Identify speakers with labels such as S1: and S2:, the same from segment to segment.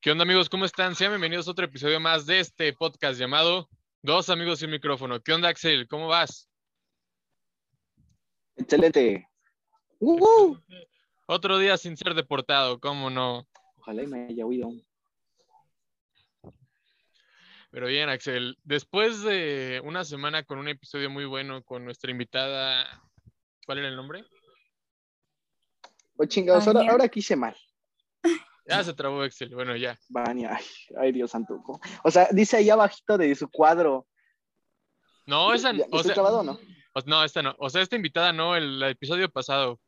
S1: ¿Qué onda amigos? ¿Cómo están? Sean bienvenidos a otro episodio más de este podcast llamado Dos amigos y un micrófono. ¿Qué onda Axel? ¿Cómo vas?
S2: Excelente. ¡Uhú!
S1: Otro día sin ser deportado, ¿cómo no?
S2: Ojalá y me haya oído.
S1: Pero bien, Axel, después de una semana con un episodio muy bueno con nuestra invitada, ¿cuál era el nombre?
S2: Oh, chingados, ahora,
S3: Vania.
S2: ahora aquí hice mal.
S1: Ya Ah, se trabó Axel, bueno, ya.
S2: Vania, ay, ay, Dios santo. O sea, dice ahí abajito de su cuadro.
S1: No, esa o
S2: Ya, ¿Estoy
S1: sea,
S2: clavado o no?
S1: o- no, esta no. O sea, esta invitada no, el, episodio pasado.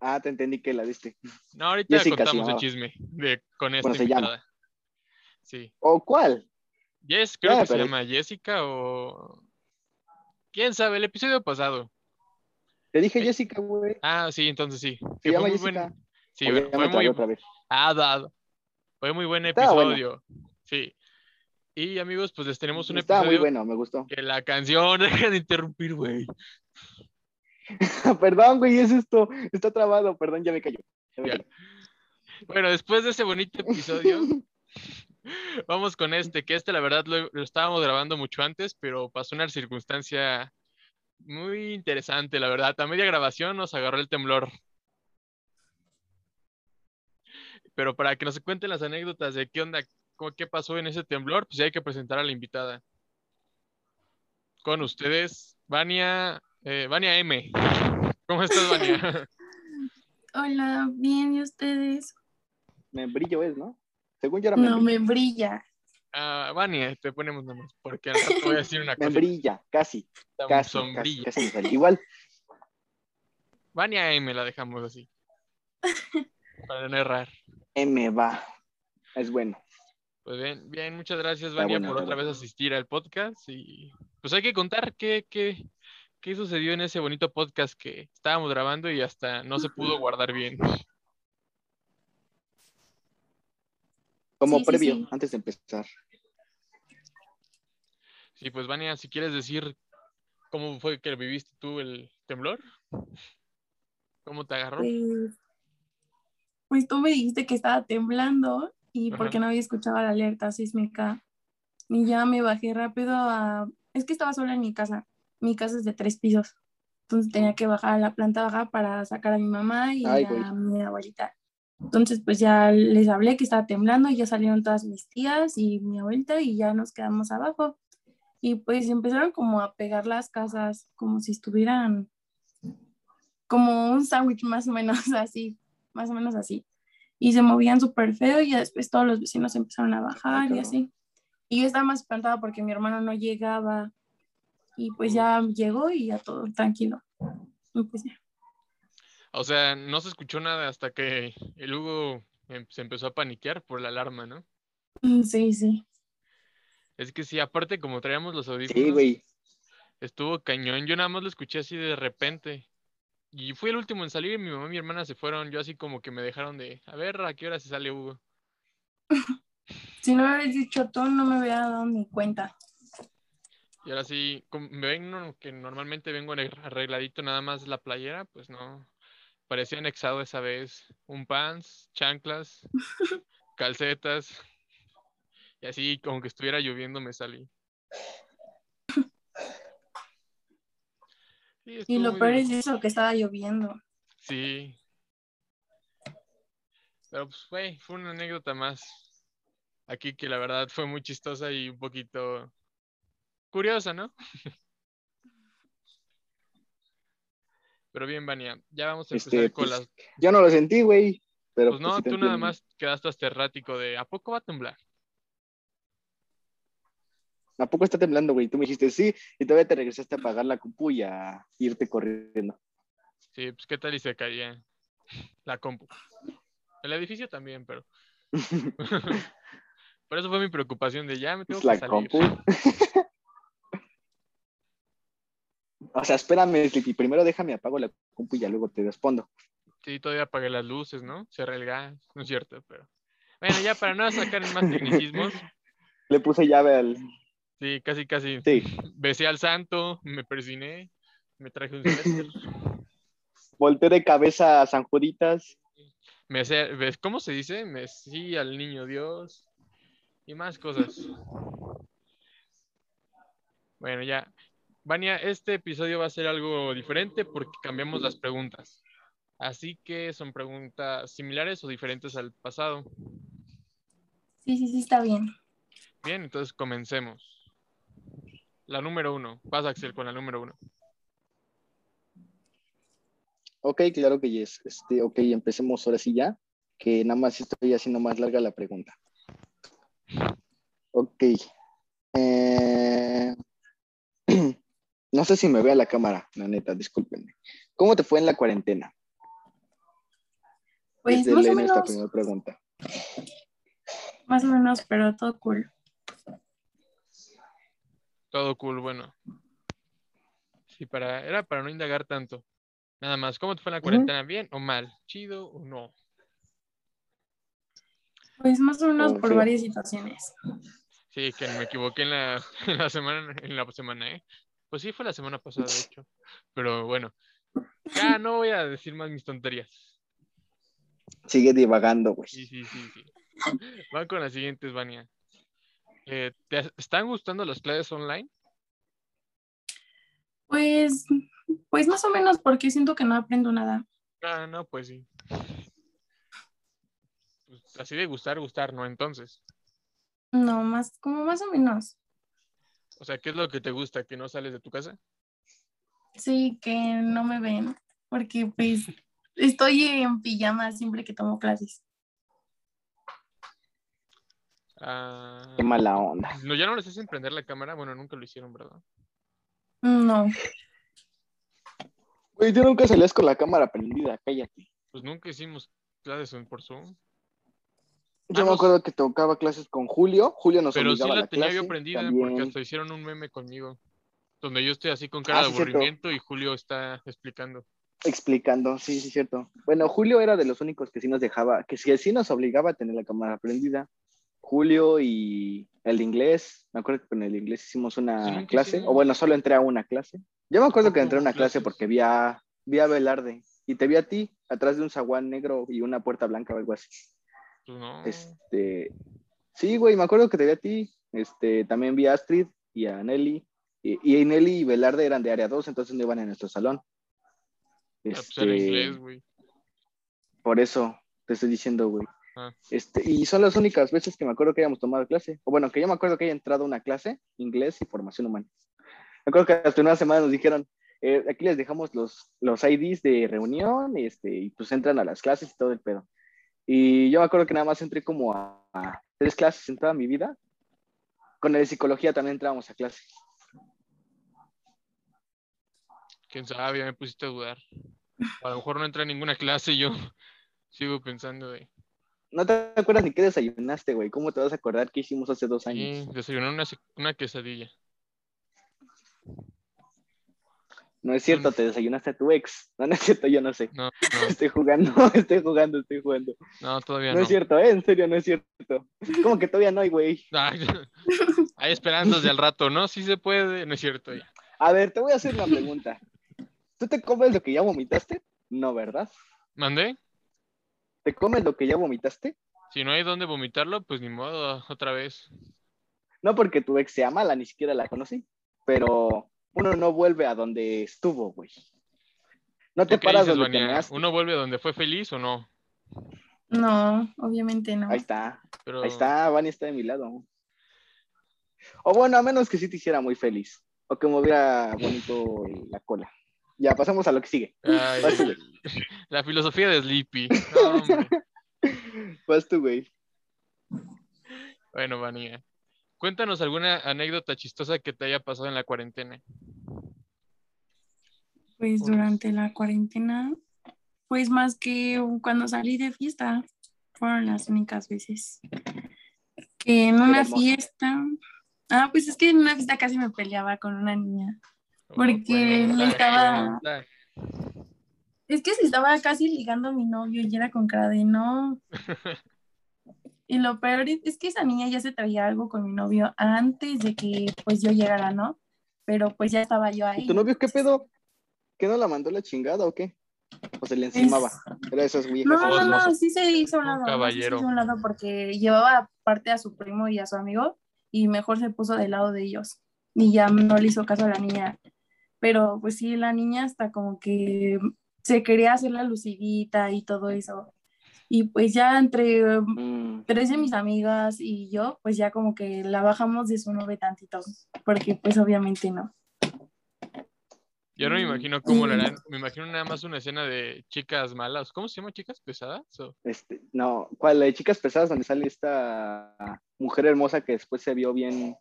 S2: Ah, te entendí que la diste.
S1: No, ahorita
S2: Jessica se
S1: contamos el
S2: llamaba.
S1: chisme de, con esta
S2: Bueno, se
S1: invitada.
S2: llama.
S1: Sí.
S2: ¿O cuál?
S1: Jess, creo
S2: Ya me
S1: que se
S2: perdí.
S1: llama Jessica o... ¿Quién sabe? El episodio pasado.
S2: Te dije
S1: Eh,
S2: Jessica, güey.
S1: Ah, sí, entonces sí.
S2: Se
S1: Que fue
S2: llama
S1: muy
S2: Jessica.
S1: buen- Sí,
S2: O
S1: fue
S2: ya me trabé
S1: muy...
S2: otra vez.
S1: Ah, da- Fue muy buen
S2: Estaba bueno.
S1: episodio. Sí. Y amigos, pues les tenemos un
S2: Estaba muy
S1: episodio
S2: bueno, me gustó.
S1: que la canción deja de interrumpir, güey.
S2: perdón, güey, es esto. Está trabado, perdón, ya me cayó. Ya me
S1: Ya.
S2: cayó.
S1: Bueno, después de ese bonito episodio, vamos con este, que este la verdad lo, lo estábamos grabando mucho antes, pero pasó una circunstancia muy interesante, la verdad. A media grabación nos agarró el temblor. Pero para que nos cuenten las anécdotas de qué onda, cómo- qué pasó en ese temblor, pues ya hay que presentar a la invitada. Con ustedes, Vania, eh, Vania M. ¿Cómo estás, Vania?
S3: Hola, bien, ¿y ustedes?
S2: Me brillo es, ¿no? Según yo era
S3: No,
S2: me,
S3: me brilla.
S1: Ah, Vania, te ponemos nomás, porque al rato voy a decir una
S2: me
S1: cosa.
S2: brilla, casi,
S1: Está un
S2: casi, casi,
S1: sombrilla.
S2: casi me sale. Igual,
S1: Vania M la dejamos así. Para no errar.
S2: M va. Es bueno.
S1: Pues bien, bien, muchas gracias,
S2: Está
S1: Vania,
S2: bueno,
S1: por
S2: está
S1: otra vez
S2: bueno.
S1: asistir al podcast. Y pues hay que contar qué, qué, qué sucedió en ese bonito podcast que estábamos grabando y hasta no se pudo guardar bien.
S2: Como
S3: Sí, sí,
S2: previo,
S3: sí.
S2: antes de empezar.
S1: Sí, pues Vania, si quieres decir cómo fue que viviste tú el temblor. ¿Cómo te agarró?
S3: Pues, pues tú me dijiste que estaba temblando y
S1: Ajá.
S3: porque no había escuchado la alerta sísmica. Y ya me bajé rápido a... Es que estaba sola en mi casa. Mi casa es de tres pisos. Entonces tenía que bajar a la planta baja para sacar a mi mamá y
S2: Ay,
S3: a
S2: güey.
S3: mi abuelita. Entonces pues ya les hablé que estaba temblando y ya salieron todas mis tías y mi abuelita y ya nos quedamos abajo. Y pues empezaron como a pegar las casas como si estuvieran como un sándwich más o menos así, más o menos así. Y se movían súper feo y ya después todos los vecinos empezaron a bajar y
S2: cabrón.
S3: así. Y yo estaba más espantada porque mi hermano no llegaba y pues ya llegó y ya todo tranquilo. Y pues ya.
S1: O sea, no se escuchó nada hasta que el Hugo em- se empezó a paniquear por la alarma, ¿no?
S3: Mm, Sí, sí.
S1: Es que sí, aparte como traíamos los audífonos,
S2: Sí, güey.
S1: estuvo cañón. Yo nada más lo escuché así de repente. Y fui el último en salir y mi mamá y mi hermana se fueron. Yo así como que me dejaron de, a ver, ¿a qué hora se sale Hugo?
S3: Si no me hubieras dicho tú, no me hubiera dado ni cuenta.
S1: Y ahora sí, como me ven no, que normalmente vengo arreg- arregladito nada más la playera, pues no. Parecía anexado esa vez. Un pants, chanclas, calcetas. Y así, como que estuviera lloviendo, me salí. Sí,
S3: Y
S1: estuvo
S3: lo
S1: muy
S3: peor
S1: divertido.
S3: es eso, que estaba lloviendo.
S1: Sí. Pero pues, güey, fue una anécdota más. Aquí que la verdad fue muy chistosa y un poquito curiosa, ¿no? Pero bien, Vania, ya vamos a empezar
S2: Este,
S1: con
S2: pues,
S1: las...
S2: Yo no lo sentí, güey. Pero
S1: Pues
S2: pues
S1: no,
S2: sí te
S1: tú nada
S2: entiendo.
S1: más quedaste hasta errático de ¿a poco va a temblar?
S2: ¿A poco está temblando, güey? Tú me dijiste sí, y todavía te regresaste a apagar la compu y a irte corriendo.
S1: Sí, pues qué tal y se caía la compu. El edificio también, pero... Por eso fue mi preocupación de ya me tengo
S2: Es
S1: que
S2: Pues la
S1: salir.
S2: compu. o sea, espérame, Sleepy. Primero déjame apago la compu y ya luego te respondo.
S1: Sí, todavía apagué las luces, ¿no? Cerré el gas, no es cierto, pero. Bueno, ya para no sacar más tecnicismos,
S2: Le puse llave al.
S1: sí, casi, casi.
S2: Sí.
S1: Besé al santo, me persiné, me traje un suéter.
S2: Volteé de cabeza a San Juditas.
S1: Me hace, ¿ves cómo se dice? Me sí al niño Dios y más cosas. Bueno, ya. Vania, este episodio va a ser algo diferente porque cambiamos las preguntas. Así que son preguntas similares o diferentes al pasado.
S3: Sí, sí, sí, está bien.
S1: Bien, entonces comencemos. La número uno. Vas, Axel, con la número uno.
S2: Ok, claro que yes. Este, ok, empecemos ahora sí ya, que nada más estoy haciendo más larga la pregunta. Ok. Eh, No sé si me vea la cámara, la neta, discúlpenme. ¿Cómo te fue en la cuarentena?
S3: Pues
S2: Desde
S3: más o,
S2: Este Elena esta
S3: menos,
S2: primera pregunta.
S3: más o menos, pero todo cool.
S1: Todo cool, bueno. Sí, para, era para no indagar tanto. Nada más, ¿cómo te fue en la
S2: Ujú.
S1: cuarentena? ¿Bien o mal? ¿Chido o no?
S3: Pues más o menos
S2: Oh,
S3: por
S2: sí.
S3: varias situaciones.
S1: Sí, que me equivoqué en la, en la semana, en la semana, ¿eh? Pues sí, fue la semana pasada, de hecho. Pero bueno, ya no voy a decir más mis tonterías.
S2: Sigue divagando, güey.
S1: Sí, sí, sí, sí. Van con las siguientes, Vania. Eh, ¿Te has- están gustando las clases online?
S3: Pues, pues más o menos porque siento que no aprendo nada.
S1: Ah, no, pues sí. Pues, así de gustar, gustar, ¿no? Entonces.
S3: No, más, como más o menos.
S1: O sea, ¿qué es lo que te gusta? ¿Que no sales de tu casa?
S3: Sí, que no me ven, porque pues estoy en pijama siempre que tomo clases.
S1: Ah,
S2: Qué mala onda.
S1: no, ya no les hacen prender la cámara. Bueno, nunca lo hicieron, ¿verdad?
S3: No,
S2: Güey, yo nunca salías con la cámara prendida, cállate.
S1: Pues nunca hicimos clases en- por Zoom.
S2: Yo
S1: Ah,
S2: me
S1: no.
S2: acuerdo que tocaba clases con Julio. Julio nos
S1: Pero sí
S2: obligaba a
S1: la
S2: la
S1: tenía
S2: clase.
S1: yo prendida
S2: también.
S1: porque hasta hicieron un meme conmigo. Donde yo estoy así con cara
S2: Ah,
S1: de
S2: sí, cierto.
S1: aburrimiento y Julio está explicando.
S2: Explicando, sí, sí, cierto. Bueno, Julio era de los únicos que sí nos dejaba, que sí, sí nos obligaba a tener la cámara prendida. Julio y el de inglés, me acuerdo que con el inglés hicimos
S1: Sí, Ah,
S2: una
S1: nunca
S2: clase,
S1: hicimos.
S2: o bueno, solo entré a una clase. Yo me acuerdo que
S1: Tampoco
S2: entré a
S1: hubo
S2: una clase
S1: clases.
S2: porque vi a, vi a Velarde y te vi a ti atrás de un zaguán negro y una puerta blanca o algo así.
S1: Pues no.
S2: Este, sí, güey, me acuerdo que te vi a ti, este, también vi a Astrid y a Nelly, y, y Nelly y Velarde eran de área 2, entonces no iban en nuestro salón.
S1: Ah, pues era
S2: Este,
S1: inglés, güey.
S2: por eso te estoy diciendo, güey.
S1: Ah.
S2: Este, y son las únicas veces que me acuerdo que hayamos tomado clase. O bueno, que yo me acuerdo que haya entrado a una clase, inglés y formación humana. Me acuerdo que las primeras semanas nos dijeron, eh, aquí les dejamos los, los IDs de reunión, este, y pues entran a las clases y todo el pedo. Y yo me acuerdo que nada más entré como a, a tres clases en toda mi vida. Con el de psicología también entrábamos a clase.
S1: Quién sabe, ya me pusiste a dudar. A lo mejor no entré a ninguna clase y yo sigo pensando de.
S2: No te acuerdas ni qué desayunaste, güey. ¿Cómo te vas a acordar qué hicimos hace dos años?
S1: Sí, desayuné una, se- una quesadilla.
S2: No es cierto, te desayunaste a tu ex. No, no es cierto, yo no sé.
S1: No, no,
S2: Estoy jugando, estoy jugando, estoy jugando.
S1: no, todavía
S2: No,
S1: no.
S2: es cierto, ¿eh? En serio, no es cierto. Como que todavía no hay, güey.
S1: Ay, hay esperanzas de al rato, ¿no? Sí se puede, no es cierto. ya.
S2: A ver, te voy a hacer una pregunta. ¿Tú te comes lo que ya vomitaste? No, ¿verdad?
S1: ¿Mandé?
S2: ¿Te comes lo que ya vomitaste?
S1: Si no hay dónde vomitarlo, pues ni modo, otra vez.
S2: No porque tu ex sea mala, ni siquiera la conocí. Pero uno no vuelve a donde estuvo, güey. No te
S1: ¿Tú qué
S2: paras
S1: dices,
S2: donde te
S1: Vania?
S2: measte.
S1: ¿Uno vuelve a donde fue feliz o no?
S3: no, obviamente no.
S2: Ahí está,
S1: Pero...
S2: ahí está, Vani está de mi lado. O bueno, a menos que sí te hiciera muy feliz. O que moviera bonito la cola. Ya, pasamos a lo que sigue.
S1: Ay,
S2: Pásale.
S1: la filosofía de Sleepy. No, hombre.
S2: Vas tú, güey.
S1: bueno, Vania. Cuéntanos alguna anécdota chistosa que te haya pasado en la cuarentena.
S3: Pues
S1: Unos.
S3: durante la cuarentena, pues más que cuando salí de fiesta, fueron las únicas veces. Que en una
S2: hermoso.
S3: fiesta, ah, pues es que en una fiesta casi me peleaba con una niña. Porque
S1: no
S3: estaba- Es que se estaba casi ligando a mi novio y era con cara de no. Y lo peor es es que esa niña ya se traía algo con mi novio antes de que pues yo llegara, ¿no? Pero pues ya estaba yo ahí.
S2: ¿Tu novio qué pedo? ¿Que no la mandó la chingada o qué? o se le
S3: pues,
S2: encimaba. Pero eso es
S3: No, no, no, sí se hizo a un
S1: Un
S3: lado. ¿no? Sí se
S1: caballero.
S3: hizo a un lado porque llevaba parte a su primo y a su amigo y mejor se puso del lado de ellos. Y ya no le hizo caso a la niña. Pero pues sí, la niña hasta como que se quería hacer la lucidita y todo eso. Y pues ya entre
S2: Mm,
S3: tres de mis amigas y yo, pues ya como que la bajamos de su nube tantito, porque pues obviamente no.
S1: Yo no me
S2: Mm.
S1: imagino cómo lo harán. Me imagino nada más una escena de chicas malas. ¿Cómo se llama? ¿Chicas pesadas? ¿O
S2: Este, no, ¿cuál? La de chicas pesadas donde sale esta mujer hermosa que después se vio bien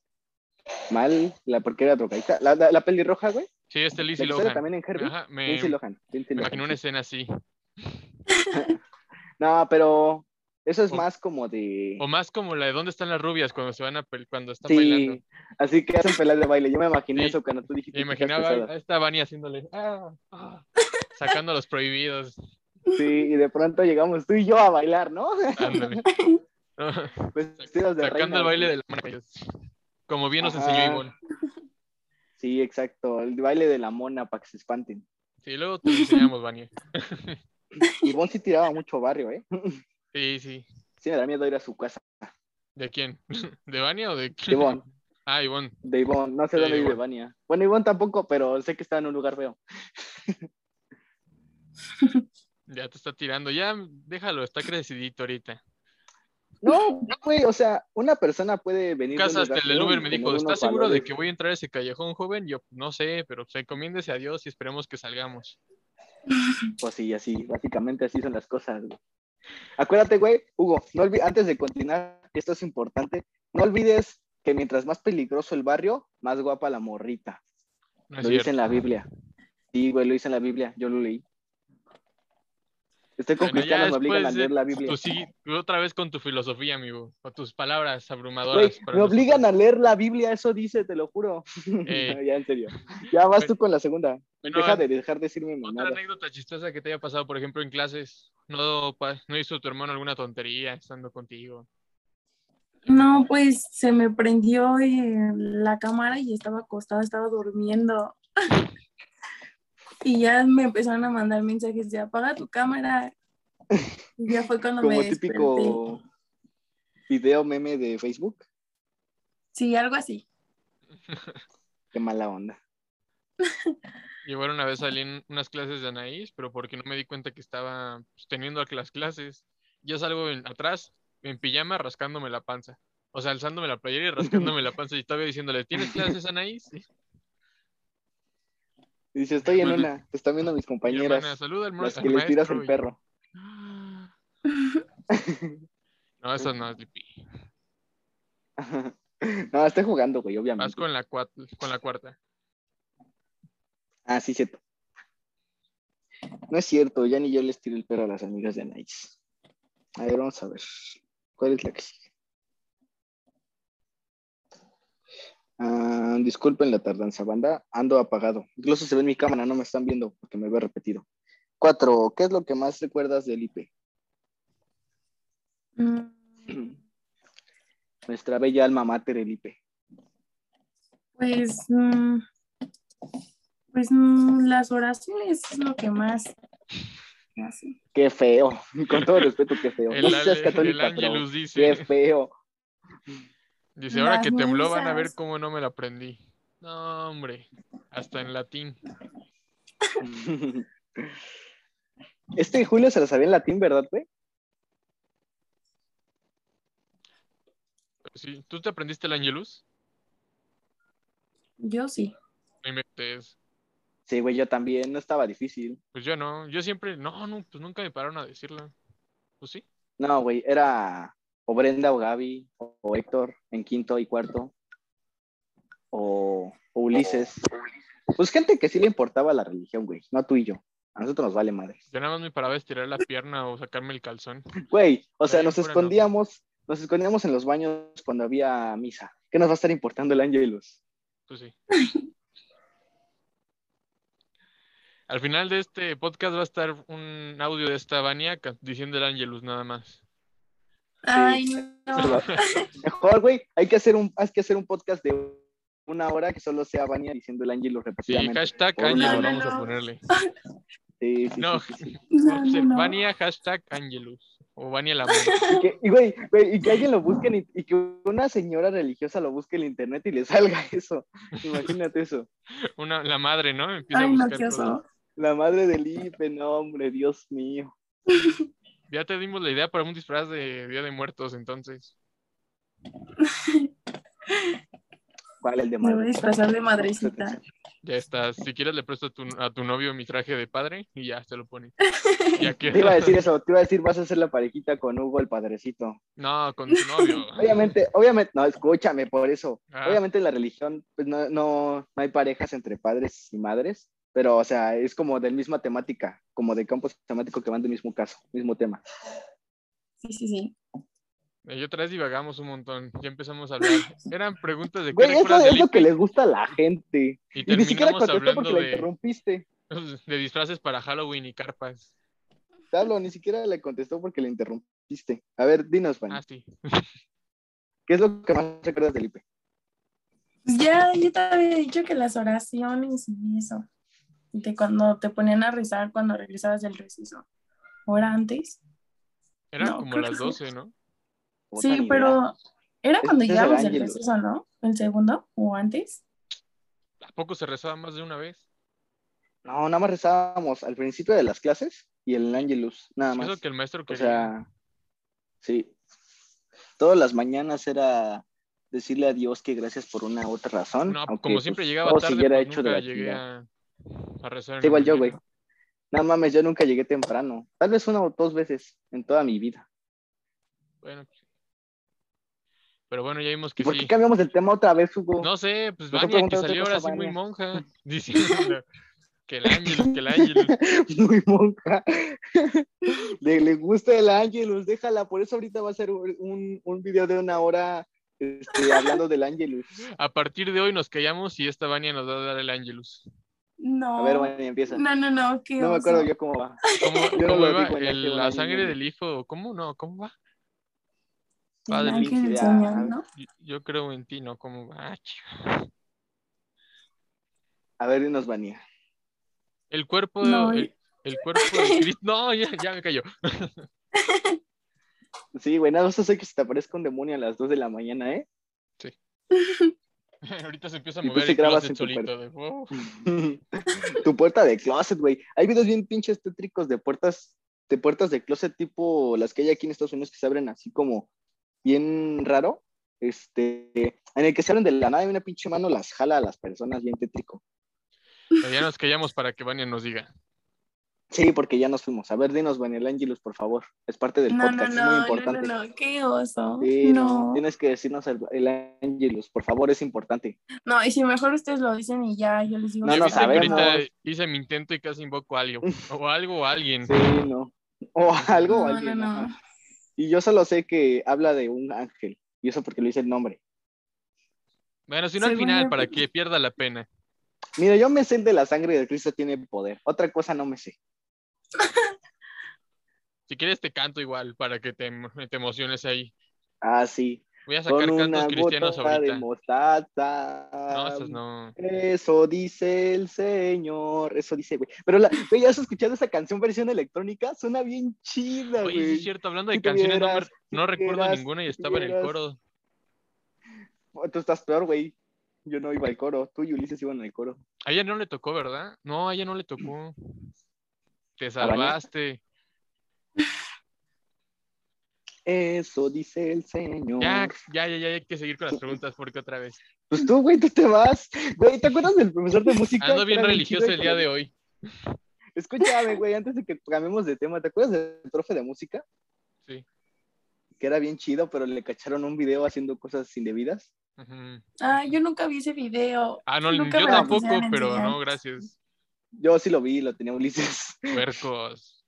S2: mal, la porque era drogadita. La, la, la pelirroja, güey.
S1: Sí, este
S2: La
S1: Lizzie
S2: que sale
S1: Lohan.
S2: también en Herbie.
S1: Ajá, me,
S2: Lindsay Lohan. Lindsay
S1: me
S2: Lohan,
S1: imagino una
S2: sí.
S1: escena así.
S2: No, pero eso es
S1: O-
S2: más como de.
S1: O más como la de ¿Dónde están las rubias? Cuando se van a pel- cuando están bailando.
S2: Sí, así que hacen pelas de baile. Yo me imaginé
S1: Sí.
S2: eso cuando tú dijiste.
S1: Me
S2: chicas
S1: imaginaba
S2: pesadas.
S1: a esta Vani haciéndole. "Ah, ah", sacando a los prohibidos.
S2: Sí, y de pronto llegamos tú y yo a bailar, ¿no?
S1: Ándale.
S2: Vestidos Pues, de
S1: Sacando
S2: reina,
S1: el baile de
S2: güey.
S1: la mona. Como bien nos enseñó
S2: Ajá.
S1: Ivonne.
S2: Sí, exacto. El baile de la mona para que se espanten.
S1: Sí, luego te lo enseñamos, Vania.
S2: Y Bon sí tiraba mucho barrio, ¿eh?
S1: Sí, sí.
S2: Sí, me da miedo ir a su casa.
S1: ¿De quién? ¿De Vania o de
S2: De
S1: quién?
S2: Bon,
S1: Ah, Ivonne.
S2: de Ivonne. No sé
S1: Sí,
S2: dónde vive
S1: Ivonne.
S2: Vania. Bueno, Ivonne tampoco, pero sé que está en un lugar feo.
S1: Ya te está tirando. Ya, déjalo, está crecidito ahorita.
S2: No, güey, o sea, una persona puede venir. de un
S1: Casa hasta
S2: lugar
S1: el del
S2: feo y
S1: Uber me dijo,
S2: tener
S1: ¿estás
S2: unos
S1: seguro de
S2: valores".
S1: que voy a entrar a ese callejón, joven? Yo, no sé, pero se encomiéndese a Dios y esperemos que salgamos.
S2: Pues sí, así, básicamente así son las cosas. güey. Acuérdate, güey, Hugo, no olvi- antes de continuar, esto es importante, no olvides que mientras más peligroso el barrio, más guapa la morrita.
S1: No es
S2: lo
S1: cierto.
S2: dice en la Biblia. Sí, güey, lo dice en la Biblia, yo lo leí. Estoy con
S1: Bueno, ya
S2: cristianos, me obligan a
S1: después de
S2: leer la Biblia.
S1: Tú sí, tú otra vez con tu filosofía, amigo, o tus palabras abrumadoras.
S2: Güey, me obligan a leer la Biblia, eso dice, te lo juro.
S1: Eh. pues,
S2: ya, en serio. Ya vas
S1: Güey.
S2: tú con la segunda. Deja de dejar de decirme
S1: Otra
S2: mamada.
S1: anécdota chistosa que te haya pasado, por ejemplo, en clases. No, pa- no hizo tu hermano alguna tontería estando contigo.
S3: No, pues se me prendió eh, la cámara y estaba acostada, estaba durmiendo. y ya me empezaron a mandar mensajes de apaga tu cámara. Y ya fue cuando
S2: Como
S3: me desperté.
S2: típico video meme de Facebook.
S3: Sí, algo así.
S2: Qué mala onda.
S1: Igual una vez salí en unas clases de Anaís, pero porque no me di cuenta que estaba pues, teniendo las clases. Yo salgo en- atrás, en pijama, rascándome la panza. O sea, alzándome la playera y rascándome la panza. Y todavía diciéndole, ¿tienes clases, Anaís? Y
S2: Y Dice, estoy en
S1: Bueno.
S2: una, te están viendo mis
S1: Pues, mi hermana,
S2: compañeras,
S1: saluda al, ma-
S2: las
S1: al
S2: que les tiras
S1: maestro.
S2: el
S1: y-
S2: perro.
S1: No, eso no es Lipi.
S2: no, estoy jugando, güey,
S1: Vas
S2: obviamente.
S1: con la, cua- con la cuarta.
S2: Ah, sí, cierto. No es cierto, ya ni yo les tiro el perro a las amigas de Anaís. A ver, vamos a ver. ¿Cuál es la que sigue? Ah, disculpen la tardanza, banda. Ando apagado. Incluso se ve en mi cámara, no me están viendo porque me veo repetido. Cuatro, ¿qué es lo que más recuerdas del IP?
S3: Mm,
S2: Nuestra bella alma mater, el IP.
S3: Pues, mm, pues mm, las oraciones es lo que más. Así.
S2: Qué feo. Con todo respeto, qué feo.
S1: El,
S2: no sé si seas
S1: ale- el
S2: católica, pero
S1: Angelus
S2: qué
S1: dice,
S2: feo.
S1: dice, ahora
S3: Las
S1: que tembló van a
S3: misas.
S1: ver cómo no me la aprendí. No, hombre, hasta en latín.
S2: Este Julio se la sabía en latín, ¿verdad, güey?
S1: Sí, ¿Tú te aprendiste el Angelus?
S3: Yo sí.
S1: No inventes.
S2: Sí, güey, yo también. No estaba difícil.
S1: Pues yo no, yo siempre, no, no, pues nunca me pararon a decirla. Pues sí,
S2: No, güey, era o Brenda o Gaby o, o Héctor en quinto y cuarto. O, o Ulises. Pues gente que sí le importaba la religión, güey. No tú y yo. A nosotros nos vale madre.
S1: yo nada más me paraba a estirar la pierna o sacarme el calzón.
S2: Güey, o sea,
S1: Güey,
S2: nos
S1: fuera, no.
S2: escondíamos, nos escondíamos en los baños cuando había misa. ¿Qué nos va a estar importando el Angelus?
S1: Pues sí. Al final de este podcast va a estar un audio de esta Vania ca- diciendo el Angelus nada más.
S3: Ay, no.
S2: Mejor, güey, hay que hacer un, hay que hacer un podcast de una hora que solo sea Vania diciendo el Angelus
S1: Sí,
S2: repetidamente.
S1: hashtag
S2: Por una
S1: Angelus
S2: hora.
S1: vamos a
S3: No.
S1: ponerle.
S2: Sí, sí,
S1: No, pues,
S2: sí, sí, sí.
S3: No, no, no.
S1: Vania hashtag Angelus o Vania la
S2: Y que- Y, güey, güey, y que alguien lo busque en in- y que una señora religiosa lo busque en internet y le salga eso. Imagínate eso.
S1: una la madre, ¿no? Empieza a
S3: Ay, no,
S1: buscar
S3: qué
S1: cosas.
S3: oso.
S2: La madre del Ipe, no, hombre, Dios mío.
S1: Ya te dimos la idea para un disfraz de Día de Muertos, entonces.
S2: ¿Cuál el de
S3: Me voy a
S2: madre?
S3: disfrazar de madrecita.
S1: Ya estás. Si quieres, le presto a tu, a tu novio mi traje de padre y ya se lo pone. Ya que-
S2: Te iba a decir eso, te iba a decir, vas a hacer la parejita con Hugo, el padrecito.
S1: No, con tu novio.
S2: Obviamente, obviamente, no, escúchame por eso.
S1: Ah.
S2: Obviamente en la religión pues, no, no, no hay parejas entre padres y madres, pero o sea, es como del misma temática, como de campo temático que van del mismo caso, mismo tema.
S3: Sí, sí, sí.
S1: Eh, Y otra vez divagamos un montón. Ya empezamos a hablar. Eran preguntas de qué
S2: Güey, eso
S1: recuerdas del
S2: es lo
S1: Ipe
S2: que les gusta a la gente.
S1: y
S2: Y ni siquiera
S1: terminamos
S2: contestó porque
S1: hablando
S2: la
S1: de,
S2: interrumpiste.
S1: de disfraces para Halloween y carpas.
S2: Te hablo, ni siquiera le contestó porque la interrumpiste. A ver, dinos, Fanny,
S1: Ah, sí.
S2: ¿qué es lo que más recuerdas del IPE?
S3: Pues ya, yo te había dicho que las oraciones y eso. De cuando te ponían a rezar cuando regresabas del receso. Hora antes.
S1: Eran
S3: No,
S1: como
S3: creo que
S1: las
S3: sí.
S1: 12, ¿no?
S2: Como tan
S3: Sí,
S2: idea.
S3: pero era
S2: Es-
S3: cuando
S2: es el
S3: llegábamos del
S2: Ángelus.
S3: receso, ¿no? El segundo o antes.
S1: ¿A poco se rezaba más de una vez?
S2: No, nada más rezábamos al principio de las clases y el Angelus, nada
S1: Es
S2: más.
S1: lo que el maestro
S2: O
S1: quería.
S2: sea, sí. Todas las mañanas era decirle a Dios que gracias por una u otra razón.
S1: no,
S2: aunque,
S1: como
S2: pues,
S1: siempre llegaba
S2: todo
S1: tarde,
S2: siguiera
S1: pues
S2: hecho de
S1: nunca
S2: la
S1: llegué
S2: chingada.
S1: a, a rezar. en
S2: Sí, igual
S1: la
S2: yo, güey.
S1: mañana.
S2: No mames, yo nunca llegué temprano. Tal vez una o dos veces en toda mi vida.
S1: Bueno. Pero bueno, ya vimos que
S2: ¿Por
S1: sí.
S2: qué cambiamos el tema otra vez, Hugo?
S1: No sé, pues
S2: Mejor
S1: Vania, que
S2: pregúntale otra
S1: salió
S2: cosa,
S1: ahora sí muy
S2: Vania.
S1: monja, diciendo que el ángel, que el ángel.
S2: Muy monja. le, le gusta el Angelus, déjala. Por eso ahorita va a ser un, un video de una hora este, hablando del Angelus.
S1: A partir de hoy nos callamos y esta Vania nos va a dar el ángelus.
S3: No.
S2: A ver, bueno, empieza.
S3: no, no, no. qué
S2: No me
S3: oso.
S2: acuerdo yo cómo va.
S1: ¿Cómo,
S2: no
S1: cómo
S2: lo
S1: iba?
S2: digo, ya
S1: El-
S2: que va
S1: la
S2: el
S1: sangre
S2: ángel.
S1: del hijo, ¿cómo no? ¿Cómo va?
S3: El
S2: Ah,
S1: Padre,
S3: ángel del
S2: ya.
S3: Señor, ¿no?
S1: Yo, yo creo en ti, ¿no? ¿Cómo va? Ah, chico.
S2: A ver, dinos, Vania.
S1: El cuerpo,
S3: No,
S1: el, el cuerpo de Cristo. No, ya, ya me cayó.
S2: Sí, güey, nada más sé que se te aparezca un demonio a las 2 de la mañana, ¿eh?
S1: Ahorita se empieza a
S2: Y tú
S1: mover
S2: sí
S1: el
S2: grabas
S1: closet
S2: en tu
S1: solito. de, "Wow".
S2: tu puerta de closet, güey. Hay videos bien pinches tétricos de puertas, de puertas de closet tipo las que hay aquí en Estados Unidos que se abren así como bien raro. Este, en el que se abren de la nada y una pinche mano las jala a las personas bien tétrico.
S1: Pero ya nos callamos para que Vania nos diga.
S2: Sí, porque ya nos fuimos. A ver, dinos, Vanel Angelus, por favor. Es parte del
S3: No, no,
S2: podcast, es muy
S3: no, no, no,
S2: importante.
S3: no, qué oso.
S2: Sí, no,
S3: no.
S2: Tienes que decirnos el, el Angelus, por favor, es importante.
S3: No, y si mejor ustedes lo dicen y ya, yo les digo.
S2: No,
S1: Ya
S2: no
S1: viste que
S2: sabemos.
S1: ahorita hice mi intento y casi invoco a alguien. O algo o a alguien.
S2: Sí, no. O algo, o
S3: No, no,
S2: alguien,
S3: no.
S2: ajá. Y yo solo sé que habla de un ángel. Y eso porque le dice el nombre.
S1: Bueno, si no al
S3: Según
S1: final,
S3: yo- pues
S1: para que pierda la pena.
S2: Mira, yo me sé el de la sangre de Cristo tiene poder. Otra cosa no me sé.
S1: Si quieres, te canto igual para que te, te emociones ahí.
S2: Ah, sí.
S1: Voy a sacar
S2: Con
S1: cantos
S2: una
S1: cristianos
S2: gota de ah,
S1: ahorita.
S2: mostaza.
S1: No, esas no.
S2: Eso dice el Señor. Eso dice, güey. Pero la, güey, ¿ya has escuchado esa canción versión electrónica? Suena bien chida,
S1: Oye, sí
S2: güey.
S1: es cierto, hablando de
S2: Si
S1: canciones, no, me-
S2: tuvieras, si
S1: no recuerdo
S2: tuvieras,
S1: ninguna y
S2: si
S1: estaba en el
S2: tuvieras.
S1: coro.
S2: Oh, Tú estás peor, güey. Yo no iba al coro. Tú y Ulises iban al coro.
S1: A ella no le tocó, ¿verdad? No, a ella no le tocó. Te
S2: ¿A Vania?
S1: salvaste.
S2: Eso dice el Señor.
S1: Ya, ya, ya, ya hay que seguir con las preguntas, porque otra vez.
S2: Pues tú, güey, tú te vas. Güey, ¿te acuerdas del profesor de música?
S1: Ando bien
S2: Era
S1: religioso
S2: chido y
S1: el día
S2: como-
S1: de hoy.
S2: Escúchame, güey, antes de que cambiemos de tema, ¿te acuerdas del profe de música?
S1: Sí.
S2: Que era bien chido, pero le cacharon un video haciendo cosas indebidas.
S1: Ujú.
S3: Ah, yo nunca vi ese video.
S1: Ah, no,
S3: Nunca
S1: yo
S3: me la
S1: tampoco,
S3: quisieron
S1: pero
S3: enseñar.
S1: no, gracias.
S2: Yo sí lo vi, lo tenía Ulises.
S1: Puercos.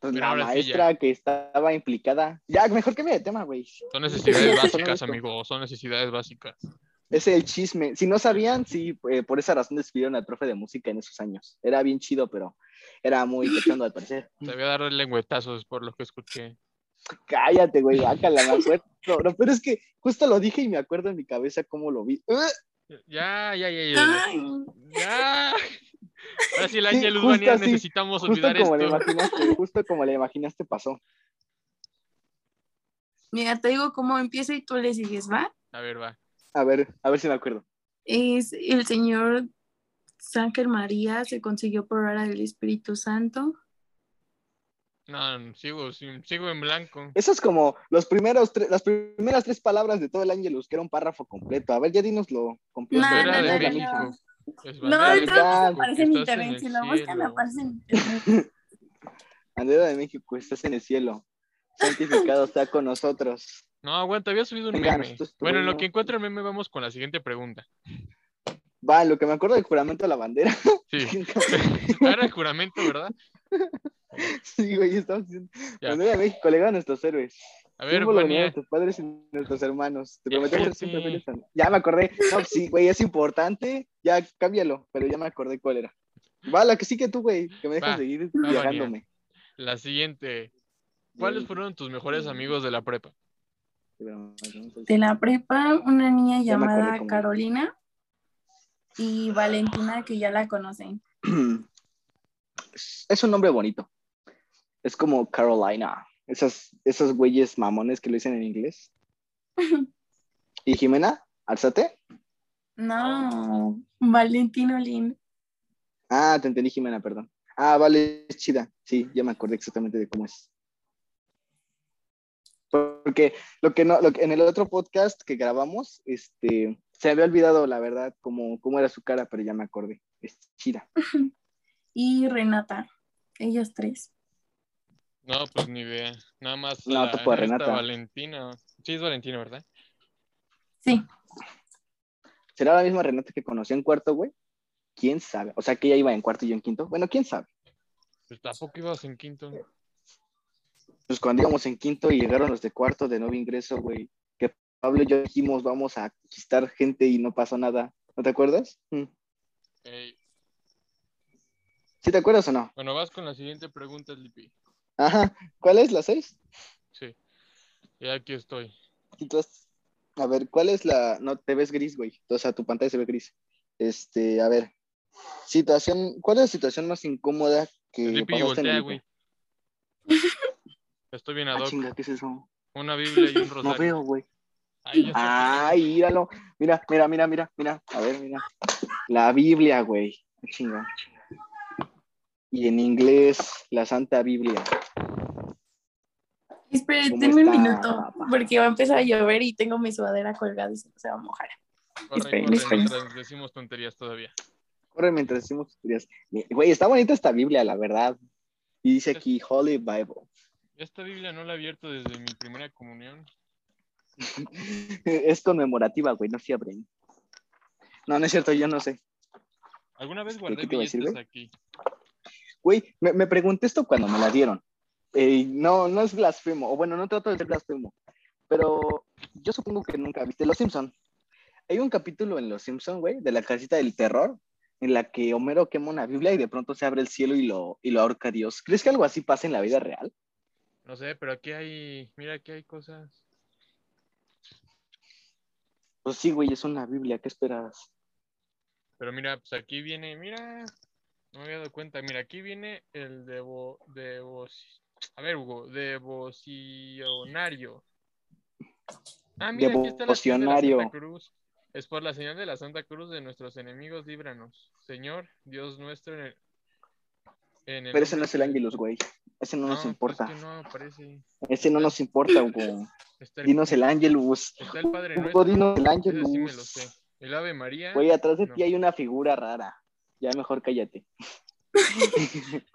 S2: Pues
S1: Pero
S2: la
S1: ahora sí,
S2: maestra que estaba implicada. Ya, mejor cambia de tema, güey.
S1: Son necesidades
S2: Son
S1: básicas,
S2: esto.
S1: amigo. Son necesidades básicas.
S2: Es el chisme. Si no sabían, sí, eh, por esa razón despidieron al profe de música en esos años. Era bien chido, pero era muy cachondo al parecer.
S1: Sabía dar lengüetazos por lo que escuché.
S2: Cállate, güey, bácala, me acuerdo. No, pero es que justo lo dije y me acuerdo en mi cabeza cómo lo vi. ¡Ah!
S1: Ya, ya, ya, ya.
S3: Ay.
S1: Ya. Ahora sí, el
S2: Sí,
S1: Ángel
S2: justo
S1: Urbania
S2: así,
S1: necesitamos
S2: Justo
S1: olvidar
S2: como le
S1: esto.
S2: imaginaste, justo como le imaginaste pasó.
S3: Mira, te digo cómo empieza y tú le sigues, ¿va?
S1: A ver, va.
S2: A ver, a ver si me acuerdo.
S3: Es el señor Sánchez María se consiguió por obra del Espíritu Santo.
S1: No, no, sigo, sin- sigo en blanco.
S2: Eso es como los primeros tre- las primeras tres palabras de todo el Ángelus, que era un párrafo completo. A ver, ya dinoslo completo.
S3: No,
S1: Bandera
S3: no,
S1: de
S3: no,
S1: México.
S3: no.
S1: Pues,
S3: No,
S1: bandera de
S2: entonces
S1: México,
S3: Aparece
S1: que
S3: en
S1: estás
S3: internet,
S1: el
S3: si lo buscan
S1: cielo.
S3: aparece en internet.
S2: Bandera de México, estás en el cielo. Santificado está con nosotros.
S1: No, aguanta, había subido un
S2: Venga,
S1: meme.
S2: esto es
S1: Bueno, en lo
S2: bueno.
S1: que encuentro el meme, vamos con la siguiente pregunta.
S2: Va, lo que me acuerdo del juramento de la bandera.
S1: Sí, era el juramento, ¿verdad?
S2: sí, güey, estamos haciendo-
S1: Ya.
S2: Bandera de México, le a nuestros héroes.
S1: A ver,
S2: Símbolo de unidad de
S1: Vania,
S2: tus padres y nuestros hermanos. Te
S1: Ya,
S2: prometemos ser
S1: cállate.
S2: siempre fieles a- Ya me acordé. No, sí, güey, es importante. Ya, cámbialo, pero ya me acordé cuál era. Va, la que sí que tú, güey, que me dejas
S1: Va,
S2: seguir
S1: va, Vania.
S2: viajándome.
S1: la siguiente. ¿Cuáles fueron tus mejores amigos de la prepa?
S3: De la prepa, una niña
S2: Ya me acordé
S3: llamada
S2: cómo.
S3: Carolina y Valentina, que ya la conocen.
S2: Es es un nombre bonito. Es como Carolina. Esas, esos güeyes mamones que lo dicen en inglés. ¿Y Jimena? ¿Alzate?
S3: No, Valentina Olin.
S2: Ah, te entendí, Jimena, perdón. Ah, vale, es chida. Sí, ya me acordé exactamente de cómo es. Porque lo que no, lo que- en el otro podcast que grabamos, este, se había olvidado, la verdad, cómo, cómo era su cara, pero ya me acordé. Es chida.
S3: y Renata, ellas tres.
S1: No, pues ni idea. Nada más
S2: No,
S1: la,
S2: topo de
S1: esta
S2: Renata.
S1: Valentina. Sí, es Valentina, ¿verdad?
S3: Sí,
S2: ¿Será la misma Renata que conocí en cuarto, güey? ¿Quién sabe? O sea, que ella iba en cuarto y yo en quinto. Bueno, ¿quién sabe?
S1: Pues tampoco ibas en quinto.
S2: Eh, Pues cuando íbamos en quinto y llegaron los de cuarto de nuevo ingreso, güey, que Pablo y yo dijimos, vamos a conquistar gente y no pasó nada. ¿No te acuerdas? Mm.
S1: Ey,
S2: ¿Sí te acuerdas o no?
S1: Bueno, vas con la siguiente pregunta, Lipi.
S2: Ajá. ¿Cuál es la seis?
S1: Sí. Y aquí estoy.
S2: Entonces, a ver, ¿cuál es la...? No, te ves gris, güey. O sea, tu pantalla se ve gris. Este, a ver. Situación... ¿Cuál es la situación más incómoda que
S1: Lipi,
S2: pasaste en
S1: voltea,
S2: el
S1: güey.
S2: grupo?
S1: Estoy bien ad
S2: Ah,
S1: hoc.
S2: chinga, ¿qué es eso?
S1: Una Biblia y un
S2: No
S1: rosario.
S2: veo, güey.
S1: Ahí ya está.
S2: Ay, míralo. Mira, mira, mira, mira, mira. A ver, mira. La Biblia, güey. Ah, Chinga. Y en inglés, la Santa Biblia.
S3: esperen
S2: ¿Cómo
S3: denme un
S2: está,
S3: minuto,
S2: papá?
S3: porque va a empezar a llover y tengo mi sudadera colgada y se se va a mojar.
S1: Corre,
S2: esperen,
S1: corre,
S2: esperen.
S1: mientras decimos tonterías todavía.
S2: Corre mientras decimos historias. Güey, está bonita esta Biblia, la verdad. Y dice aquí, Holy Bible.
S1: Esta Biblia no la he abierto desde mi primera comunión.
S2: Es conmemorativa, güey, no se abren. No, no es cierto, yo no sé.
S1: ¿Alguna vez
S2: ¿De
S1: guardé
S2: qué te iba a decir,
S1: billetes
S2: güey?
S1: aquí?
S2: Güey, me, me pregunté esto cuando me la dieron. Eh, no, no es blasfemo, o bueno, no trato de ser blasfemo, pero yo supongo que nunca viste Los Simpson. Hay un capítulo en Los Simpson, güey, de la casita del terror, en la que Homero quema una Biblia y de pronto se abre el cielo y lo, y lo ahorca Dios. ¿Crees que algo así pasa en la vida real?
S1: No sé, pero aquí hay... Mira, aquí hay cosas.
S2: Pues sí, güey, es una Biblia, ¿qué esperas?
S1: Pero mira, pues aquí viene... Mira, no me había dado cuenta. Mira, aquí viene el devo... devo a ver, Hugo. Devocionario. Ah, mira, aquí está la señal de la
S2: Devocionario.
S1: Santa Cruz. Es por la señal de la Santa Cruz de nuestros enemigos, líbranos. Señor, Dios nuestro, en el... en el
S2: Pero ese no
S1: nombre-
S2: es el Ángelus, güey. Ese no, nos
S1: pues,
S2: importa.
S1: es que no aparece.
S2: Ese no nos importa, Hugo.
S1: Está el,
S2: Dinos el Ángelus.
S1: está el Padre
S2: Hugo,
S1: Nuestro.
S2: dinos el
S1: ese sí me lo sé.
S2: Ángelus.
S1: El Ave María.
S2: Güey, atrás de
S1: No.
S2: ti hay una figura rara. Ya mejor cállate.
S1: el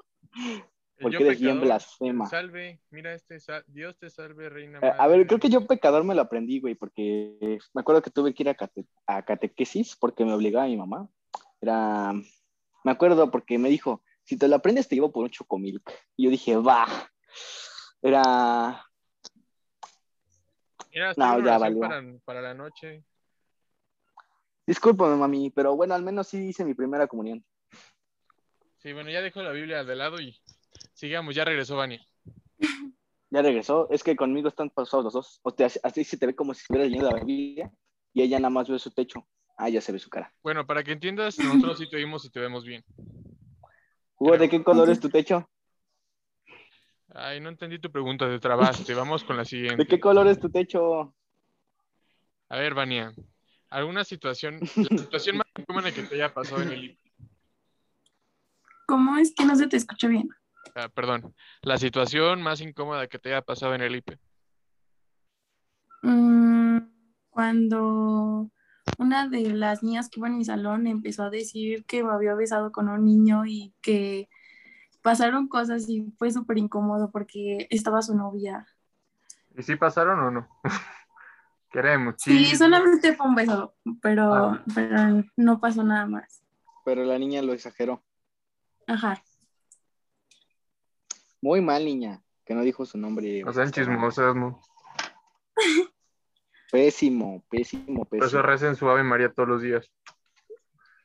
S2: Porque
S1: yo
S2: eres bien
S1: pecador,
S2: blasfema.
S1: Salve, mira este, sa- Dios te salve, reina.
S2: Eh, A
S1: madre
S2: ver,
S1: de-
S2: creo que yo pecador me lo aprendí, güey, porque eh, me acuerdo que tuve que ir a, cate- a catequesis porque me obligaba mi mamá. Era, me acuerdo porque me dijo, si te lo aprendes te llevo por un chocomilk. Y yo dije, va. Era,
S1: Mira, hasta
S2: No,
S1: una
S2: ya
S1: oración
S2: valió.
S1: Para, para la noche.
S2: discúlpame, mami, pero bueno, al menos sí hice mi primera comunión.
S1: Sí, bueno, ya dejo la Biblia de lado y sigamos. Ya regresó Vania.
S2: Ya regresó, es que conmigo están pasados los dos. O sea, así se te ve como si estuvieras leyendo la Biblia y ella nada más ve su techo. Ah, ya se ve su cara.
S1: Bueno, para que entiendas, nosotros sí te oímos y te vemos bien.
S2: Hugo, ¿de qué color es tu techo?
S1: Ay, no entendí tu pregunta, te trabaste. Vamos con la siguiente.
S2: ¿De qué color es tu techo?
S1: A ver, Vania, ¿alguna situación, la situación más común que te haya pasado en el libro?
S3: ¿Cómo es que no se te escuchó bien?
S1: Ah, perdón, la situación más incómoda que te haya pasado en el IPE.
S3: Mm, Cuando una de las niñas que iba en mi salón empezó a decir que me había besado con un niño y que pasaron cosas y fue súper incómodo porque estaba su novia.
S1: ¿Y si pasaron o no? Queremos.
S3: Sí, solamente fue un beso, pero,
S1: Ah.
S3: pero no pasó nada más.
S2: Pero la niña lo exageró.
S3: Ajá.
S2: Muy mal, niña, que no dijo su nombre. Este,
S1: No sean chismosas, ¿no?
S2: Pésimo, pésimo,
S1: Por eso
S2: pésimo.
S1: recen su Ave María todos los días.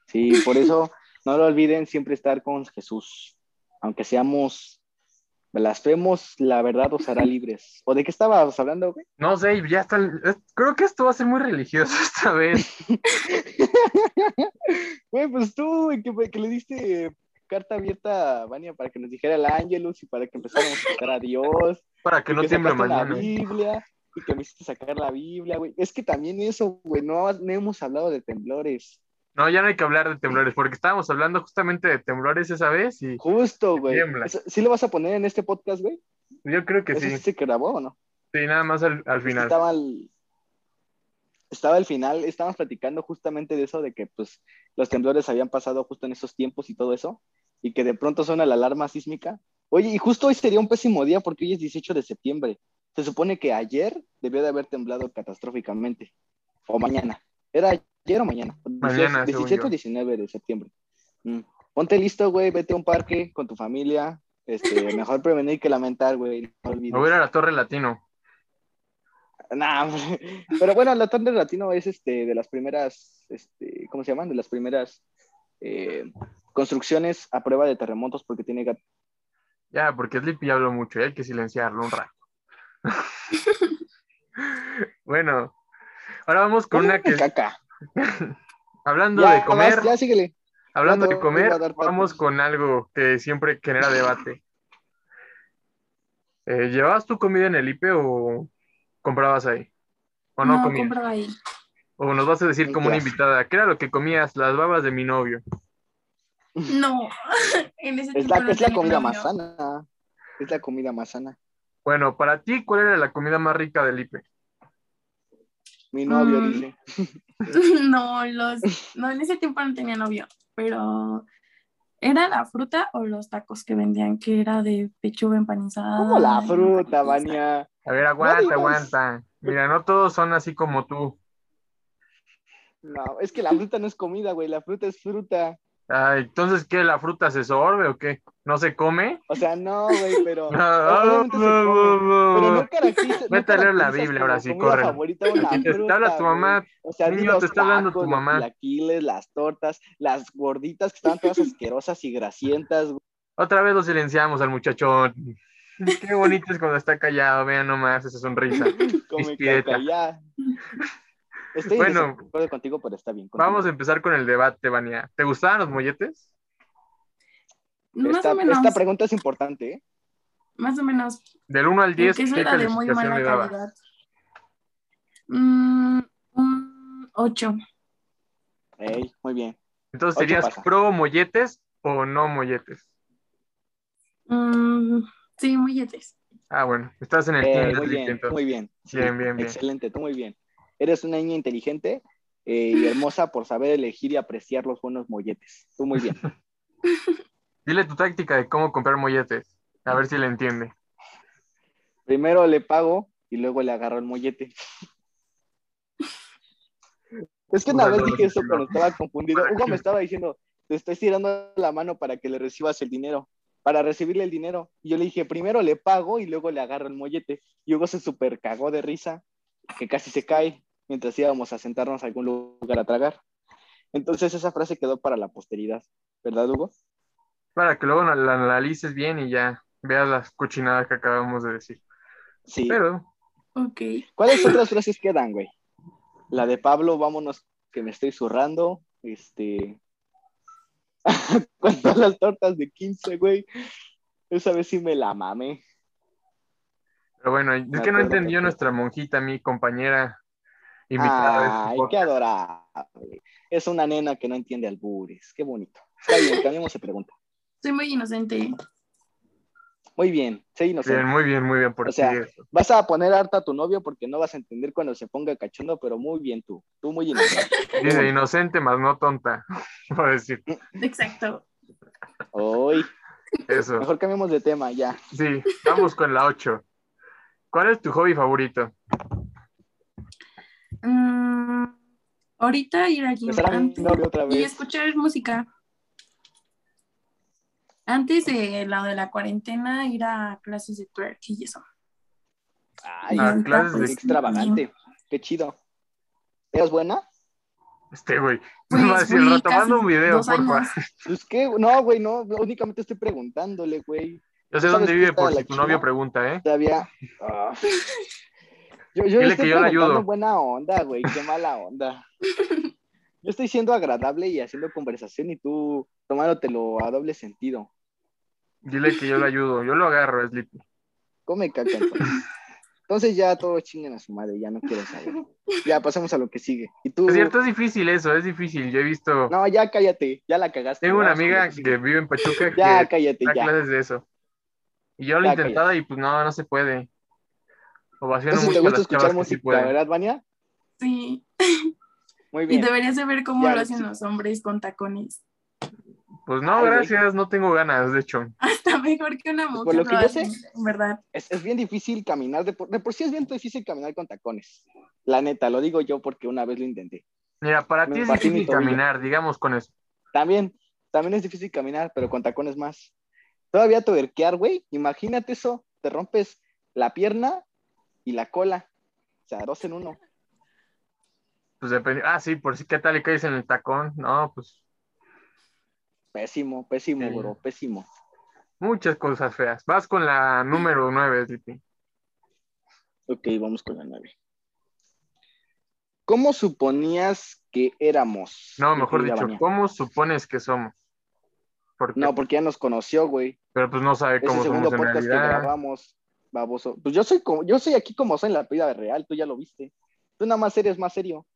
S2: Sí, por eso no lo olviden siempre estar con Jesús. Aunque seamos blasfemos, la verdad os hará libres. ¿O de qué estabas hablando, güey?
S1: No sé, ya están. es- Creo que esto va a ser muy religioso esta vez.
S2: Güey, pues tú, güey, que, que le diste eh, carta abierta a Vania para que nos dijera el ángelus y para que empezáramos a citar a Dios.
S1: Para que
S2: y
S1: no tiemble
S2: sacaste
S1: mañana.
S2: La Biblia, y que me hiciste sacar la Biblia, güey. Es que también eso, güey, no, no hemos hablado de temblores.
S1: No, ya no hay que hablar de temblores, porque estábamos hablando justamente de temblores esa vez y
S2: Justo, güey.
S1: Tiembla.
S2: Eso- ¿Sí lo vas a poner en este podcast, güey?
S1: yo creo que
S2: ¿Eso sí
S1: sí.
S2: se grabó o no?
S1: Sí, nada más al, al final.
S2: Estaba el, estaba el final, estábamos platicando justamente de eso, de que pues los temblores habían pasado justo en esos tiempos y todo eso, y que de pronto suena la alarma sísmica. Oye, y justo hoy sería un pésimo día porque hoy es 18 de septiembre. Se supone que ayer debió de haber temblado catastróficamente, o mañana. ¿Era ayer o mañana?
S1: Mañana, según
S2: 17
S1: yo.
S2: o 19 de septiembre. Mm. Ponte listo, güey, vete a un parque con tu familia. Este, mejor prevenir que lamentar, güey. No olvides.
S1: Me voy a ir a la Torre Latino.
S2: Nah, hombre. pero bueno, la Thunder Latino es este, de las primeras, este, ¿cómo se llaman? De las primeras eh, construcciones a prueba de terremotos porque tiene gat-
S1: Ya, porque Sleepy habló mucho y hay que silenciarlo un rato. bueno, ahora vamos con una que.
S2: caca.
S1: Hablando
S2: ya,
S1: de comer,
S2: vas, ya, síguele.
S1: hablando
S2: ya
S1: de
S2: te voy a
S1: comer,
S2: dar
S1: vamos
S2: tacos.
S1: con algo que siempre genera debate. Eh, ¿Llevabas tu comida en el IPE o comprabas ahí? ¿O no, comías?
S3: compraba ahí.
S1: O nos vas a decir
S2: Ni
S1: como una
S2: clase.
S1: invitada, ¿qué era lo que comías? Las babas de mi novio.
S3: No. en ese
S2: Es la,
S3: tiempo no
S2: es la
S3: tenía
S2: comida
S3: novio.
S2: más sana. Es la comida más sana.
S1: Bueno, para ti, ¿cuál era la comida más rica del IPE?
S2: Mi novio
S3: Mm.
S2: dice.
S3: No, los, no, en ese tiempo no tenía novio, pero ¿era la fruta o los tacos que vendían que era de pechuga empanizada?
S2: ¿Cómo la
S3: y
S2: fruta,
S3: empanizada?
S2: Vania?
S1: A ver, aguanta,
S2: digas.
S1: aguanta. Mira, no todos son así como tú.
S2: No, es que la fruta no es comida, güey. La fruta es fruta.
S1: Ay, Ah, entonces, ¿qué? ¿La fruta se sorbe o qué? ¿No se come?
S2: O sea, no, güey, pero. obviamente se come. Pero no
S1: Métale
S2: caracteriza. no
S1: Vete a leer la
S2: caracterizas
S1: Biblia
S2: como
S1: ahora sí,
S2: comida
S1: corre.
S2: favorita o la
S1: Te habla tu
S2: fruta,
S1: mamá.
S2: O sea,
S1: Niño,
S2: ni los
S1: te está hablando
S2: tacos,
S1: tu
S2: los
S1: mamá.
S2: chilaquiles, las tortas, las gorditas que estaban todas asquerosas y grasientas. güey.
S1: Otra vez lo silenciamos al muchachón. Qué bonito es cuando está callado, vean nomás esa sonrisa.
S2: Come
S1: Pispireta.
S2: caca, ya. Estoy
S1: Bueno.
S2: en desacuerdo contigo, pero está bien. continúa.
S1: Vamos a empezar con el debate, Vania. ¿Te gustaban los molletes?
S3: Más
S2: esta,
S3: o menos,
S2: esta pregunta es importante, ¿eh?
S3: más o menos,
S1: Del 1 al 10,
S3: porque
S1: ¿qué
S3: eso era de muy
S1: calificación
S3: mala
S1: le dabas?
S3: calidad. Mm, un 8.
S2: Ey, muy bien.
S1: Entonces,
S2: Ocho
S1: ¿serías
S2: pasa.
S1: pro molletes o no molletes?
S3: mm, sí, molletes.
S1: Ah, bueno, estás en el
S2: Ey,
S1: team de
S2: Eh, muy
S1: Ricky,
S2: bien,
S1: entonces.
S2: muy bien. Sí,
S1: Bien, bien, bien.
S2: Excelente, tú muy bien. Eres una niña inteligente eh, y hermosa por saber elegir y apreciar los buenos molletes. Tú muy bien.
S1: Dile tu táctica de cómo comprar molletes. A ver si le entiende.
S2: Primero le pago y luego le agarro el mollete. Es que una
S1: Bueno,
S2: vez dije eso
S1: no.
S2: cuando estaba confundido.
S1: Para
S2: Hugo
S1: que-
S2: me estaba diciendo, te estoy tirando la mano para que le recibas el dinero, para recibirle el dinero. Y yo le dije, primero le pago y luego le agarro el mollete. Y Hugo se super cagó de risa, que casi se cae mientras íbamos a sentarnos a algún lugar a tragar. Entonces esa frase quedó para la posteridad, ¿verdad, Hugo?
S1: Para que luego la, la analices bien y ya veas las cochinadas que acabamos de decir.
S2: Sí.
S1: Pero
S3: Ok.
S2: ¿Cuáles otras frases quedan, güey? La de Pablo, vámonos que me estoy zurrando, este, cuanto a las tortas de 15, güey, esa vez sí me la mamé.
S1: Pero bueno, es
S2: Me
S1: que no
S2: acuerdo
S1: entendió
S2: perfecto.
S1: nuestra monjita, mi compañera invitada. de este
S2: Ay, qué
S1: podcast.
S2: adorable. Es una nena que no entiende albures, qué bonito. Está bien, cambiamos de pregunta.
S3: Soy muy inocente.
S2: Muy bien, sí, no sé.
S1: Bien, muy bien, muy bien por
S2: O
S1: ti.
S2: sea, Vas a poner harta a tu novio porque no vas a entender cuando se ponga cachondo, pero muy bien tú, tú muy inocente.
S1: Dice inocente, más no tonta. Por decir
S3: Exacto.
S2: Hoy,
S1: eso.
S2: mejor cambiemos de tema ya.
S1: Sí, vamos con la 8. ¿Cuál es tu hobby favorito?
S3: Mm, ahorita ir al gym.
S2: Empezará mi
S3: antes.
S2: novio otra
S3: Y
S2: vez.
S3: escuchar música. Antes de la de la cuarentena, ir a clases de twerk y eso. pues,
S2: Ay,
S1: Ah,
S2: qué
S1: clases de-
S2: extravagante. Qué chido. ¿Eres buena?
S1: Este güey.
S3: Pues,
S1: Va a decir,
S3: fui
S1: retomando
S3: casi
S1: un video,
S3: dos
S1: porfa.
S3: años.
S2: Pues qué, no, güey, no, únicamente estoy preguntándole, güey.
S1: Yo sé
S2: ¿Sabes
S1: dónde
S2: qué
S1: vive
S2: estaba
S1: por
S2: la
S1: si tu novio
S2: china?
S1: pregunta, ¿eh?
S2: Todavía. ah. Yo, yo
S1: Dile
S2: le estoy
S1: que yo la ayudo.
S2: preguntando buena onda, güey, qué mala onda. Yo estoy siendo agradable y haciendo conversación y tú tomándotelo a doble sentido.
S1: Dile que yo le ayudo. Yo lo agarro, Sleepy.
S2: Come caca. Entonces, Entonces ya todos chinguen a su madre, ya no quiero saber. Ya pasemos a lo que sigue. Y tú,
S1: Es cierto, es difícil eso, es difícil. Yo he visto.
S2: no, ya cállate, ya la cagaste.
S1: Tengo una
S2: Vamos con lo
S1: amiga
S2: que
S1: que
S2: sigue.
S1: vive en Pachuca que
S2: Ya
S1: da
S2: cállate, ya.
S1: clases Ah, de eso. Y yo lo
S2: Ya,
S1: intentaba y pues no, no se puede. O va haciendo
S2: Entonces
S1: mucho
S2: Pues, te
S1: a las
S2: gusta
S1: chavas
S2: escuchar
S1: que sí
S2: música,
S1: pueden.
S2: ¿verdad, Vania?
S3: Sí.
S2: Muy
S3: Y
S2: bien.
S3: deberías de ver cómo
S2: Ya,
S3: lo hacen
S2: sí.
S3: los hombres con tacones.
S1: Pues no,
S2: Ay, güey.
S1: gracias, no tengo ganas, de hecho.
S3: Hasta mejor que una mujer.
S2: Pues por lo que yo
S3: hace, en ¿Verdad?
S2: Es, es bien difícil caminar, de por, de por sí es bien difícil caminar con tacones. La neta, lo digo yo porque una vez lo intenté.
S1: Mira, para
S2: Me
S1: ti es
S2: partí mi
S1: difícil
S2: tobillo.
S1: caminar, digamos con eso.
S2: También, también es difícil caminar, pero con tacones más. Todavía tuerquear, güey, imagínate eso, te rompes la pierna y la cola. O sea, dos en uno.
S1: Pues depende. Ah, sí, por si qué tal le caes en el tacón. No, pues
S2: Pésimo, pésimo,
S1: Sí.
S2: bro, pésimo.
S1: muchas cosas feas. Vas con la número 9, Sleepy.
S2: Ok, vamos con la nueve. ¿Cómo suponías que éramos?
S1: No, mejor
S2: Incluida
S1: dicho,
S2: Vania.
S1: ¿cómo supones que somos? Porque,
S2: No, porque ya nos conoció, güey.
S1: pero pues no sabe
S2: Ese
S1: cómo
S2: segundo
S1: somos en
S2: podcast que
S1: realidad.
S2: grabamos, baboso. Pues yo soy como, yo soy aquí como soy en la vida real, tú ya lo viste. Tú nada más eres más serio.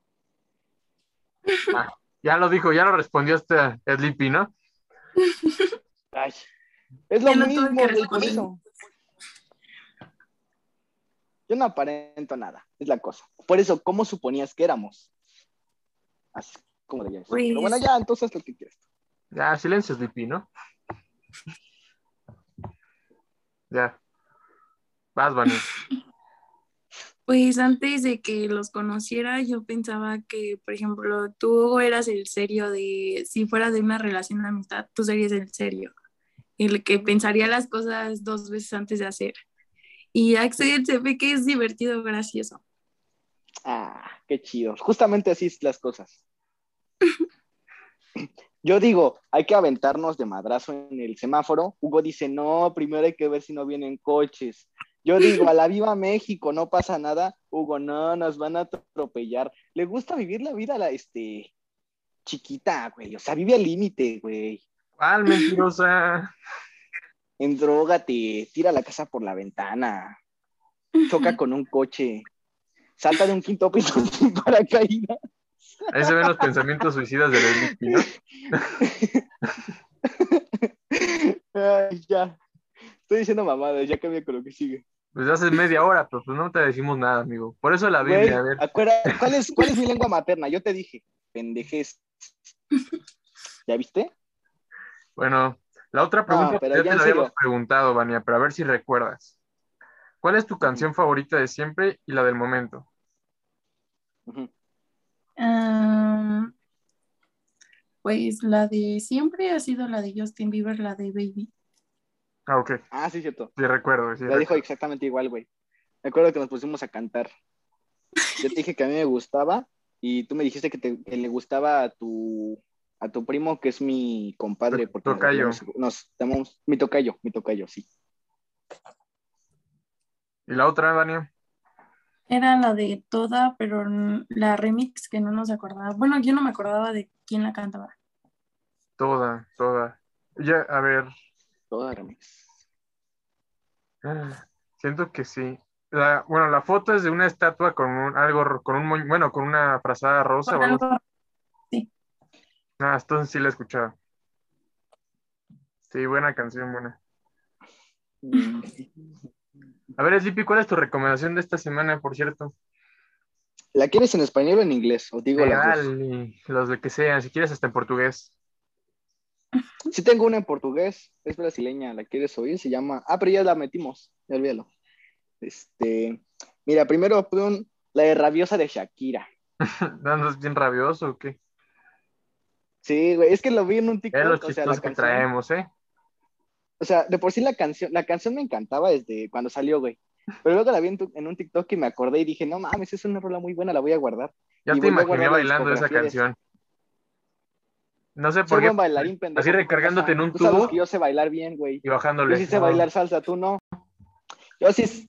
S1: Ya lo dijo, ya lo respondió este Sleepy, ¿no?
S2: Ay, es lo
S3: Ya no tuve
S2: mismo,
S3: que
S2: güey, por
S3: responder.
S2: eso. Yo no aparento nada, es la cosa. Por eso, ¿cómo suponías que éramos? Así como de
S3: Pues-
S2: Pero bueno, ya, entonces lo que quieras.
S1: Ya, silencio, Sleepy, ¿no? Ya. Vas, Vani.
S3: Pues antes de que los conociera, yo pensaba que, por ejemplo, tú Hugo, eras el serio de, si fuera de una relación de amistad, tú serías el serio, el que pensaría las cosas dos veces antes de hacer. Y Axel se ve que es divertido, gracioso.
S2: Ah, qué chido. Justamente así es las cosas. Yo digo, hay que aventarnos de madrazo en el semáforo. Hugo dice, no, primero hay que ver si no vienen coches. Yo digo, a la viva México, no pasa nada. Hugo, no, nos van a atropellar. Le gusta vivir la vida, la, este, chiquita, güey. O sea, vive al límite, güey.
S1: ¿Cuál mentirosa?
S2: Endrógate, tira la casa por la ventana, choca con un coche, salta de un quinto piso sin paracaídas.
S1: Ahí se ven los pensamientos suicidas del Sleepy, ¿no?
S2: Ay, ya. Estoy diciendo mamadas, ya cambié con lo que sigue.
S1: Pues hace media hora, pero pues no te decimos nada, amigo. Por eso la
S2: Güey,
S1: Biblia, a ver.
S2: acuerda- ¿cuál, es, ¿Cuál es mi lengua materna? Yo te dije, pendejez. ¿Ya viste?
S1: Bueno, la otra pregunta que
S2: pero
S1: ya
S2: ya
S1: te
S2: en
S1: la habíamos
S2: serio.
S1: preguntado, Vania, para ver si recuerdas. ¿Cuál es tu canción favorita de siempre y la del momento?
S2: Ujú.
S3: Ah, pues la de siempre ha sido la de Justin Bieber, la de Baby.
S1: Ah, ok,
S2: Ah, sí, cierto.
S1: sí recuerdo. Sí,
S2: La dijo
S1: recuerdo.
S2: exactamente igual, güey. Me acuerdo que nos pusimos a cantar. Yo te dije que a mí me gustaba y tú me dijiste que, te- que le gustaba a tu, a tu primo, que es mi compadre.
S1: Tu-
S2: Porque nos
S1: tocayo.
S2: llamamos- Nos llamamos, mi tocayo, mi tocayo, sí.
S1: ¿Y la otra, Vania?
S3: Era la de Toda, pero n- la remix que no nos acordaba. Bueno, yo no me acordaba de quién la cantaba.
S1: Toda, toda. Ya, a ver.
S2: Toda remix.
S1: ah, Siento que sí. La, bueno, la foto es de una estatua con un algo, ro- con un moñ- bueno, con una frazada rosa o algo. Ah, entonces sí la escuchaba. Sí, buena canción, buena. A ver, Slippy, ¿cuál es tu recomendación de esta semana, por cierto?
S2: ¿La quieres en español o en inglés? O digo
S1: Eh,
S2: las dos.
S1: dale, los de que sean, si quieres hasta en portugués.
S2: Sí tengo una en portugués, es brasileña, ¿la quieres oír? Se llama... Ah, pero ya la metimos, ya olvídalo. Este, mira, primero pon la de Rabiosa de Shakira.
S1: ¿Andas bien rabioso o qué?
S2: Sí, güey, es que lo vi en un
S1: Es los
S2: TikTok, o sea,
S1: chistosos
S2: la
S1: que
S2: canción...
S1: traemos, ¿eh?
S2: O sea, de por sí la canción, la canción me encantaba desde cuando salió, güey. Pero luego la vi en, tu- en un TikTok y me acordé y dije, no mames, es una rola muy buena, la voy a guardar.
S1: Ya
S2: Y
S1: te
S2: voy a guardar
S1: imaginé
S2: la
S1: bailando esa
S2: discografía de-
S1: canción. No sé
S2: Soy
S1: por qué.
S2: buen bailarín, pendejo.
S1: Así recargándote en un
S2: Tú sabes
S1: tubo
S2: que yo sé bailar bien, güey.
S1: y
S2: Yo
S1: bajándole.
S2: sí sé
S1: No.
S2: bailar salsa, tú no. Yo sí tú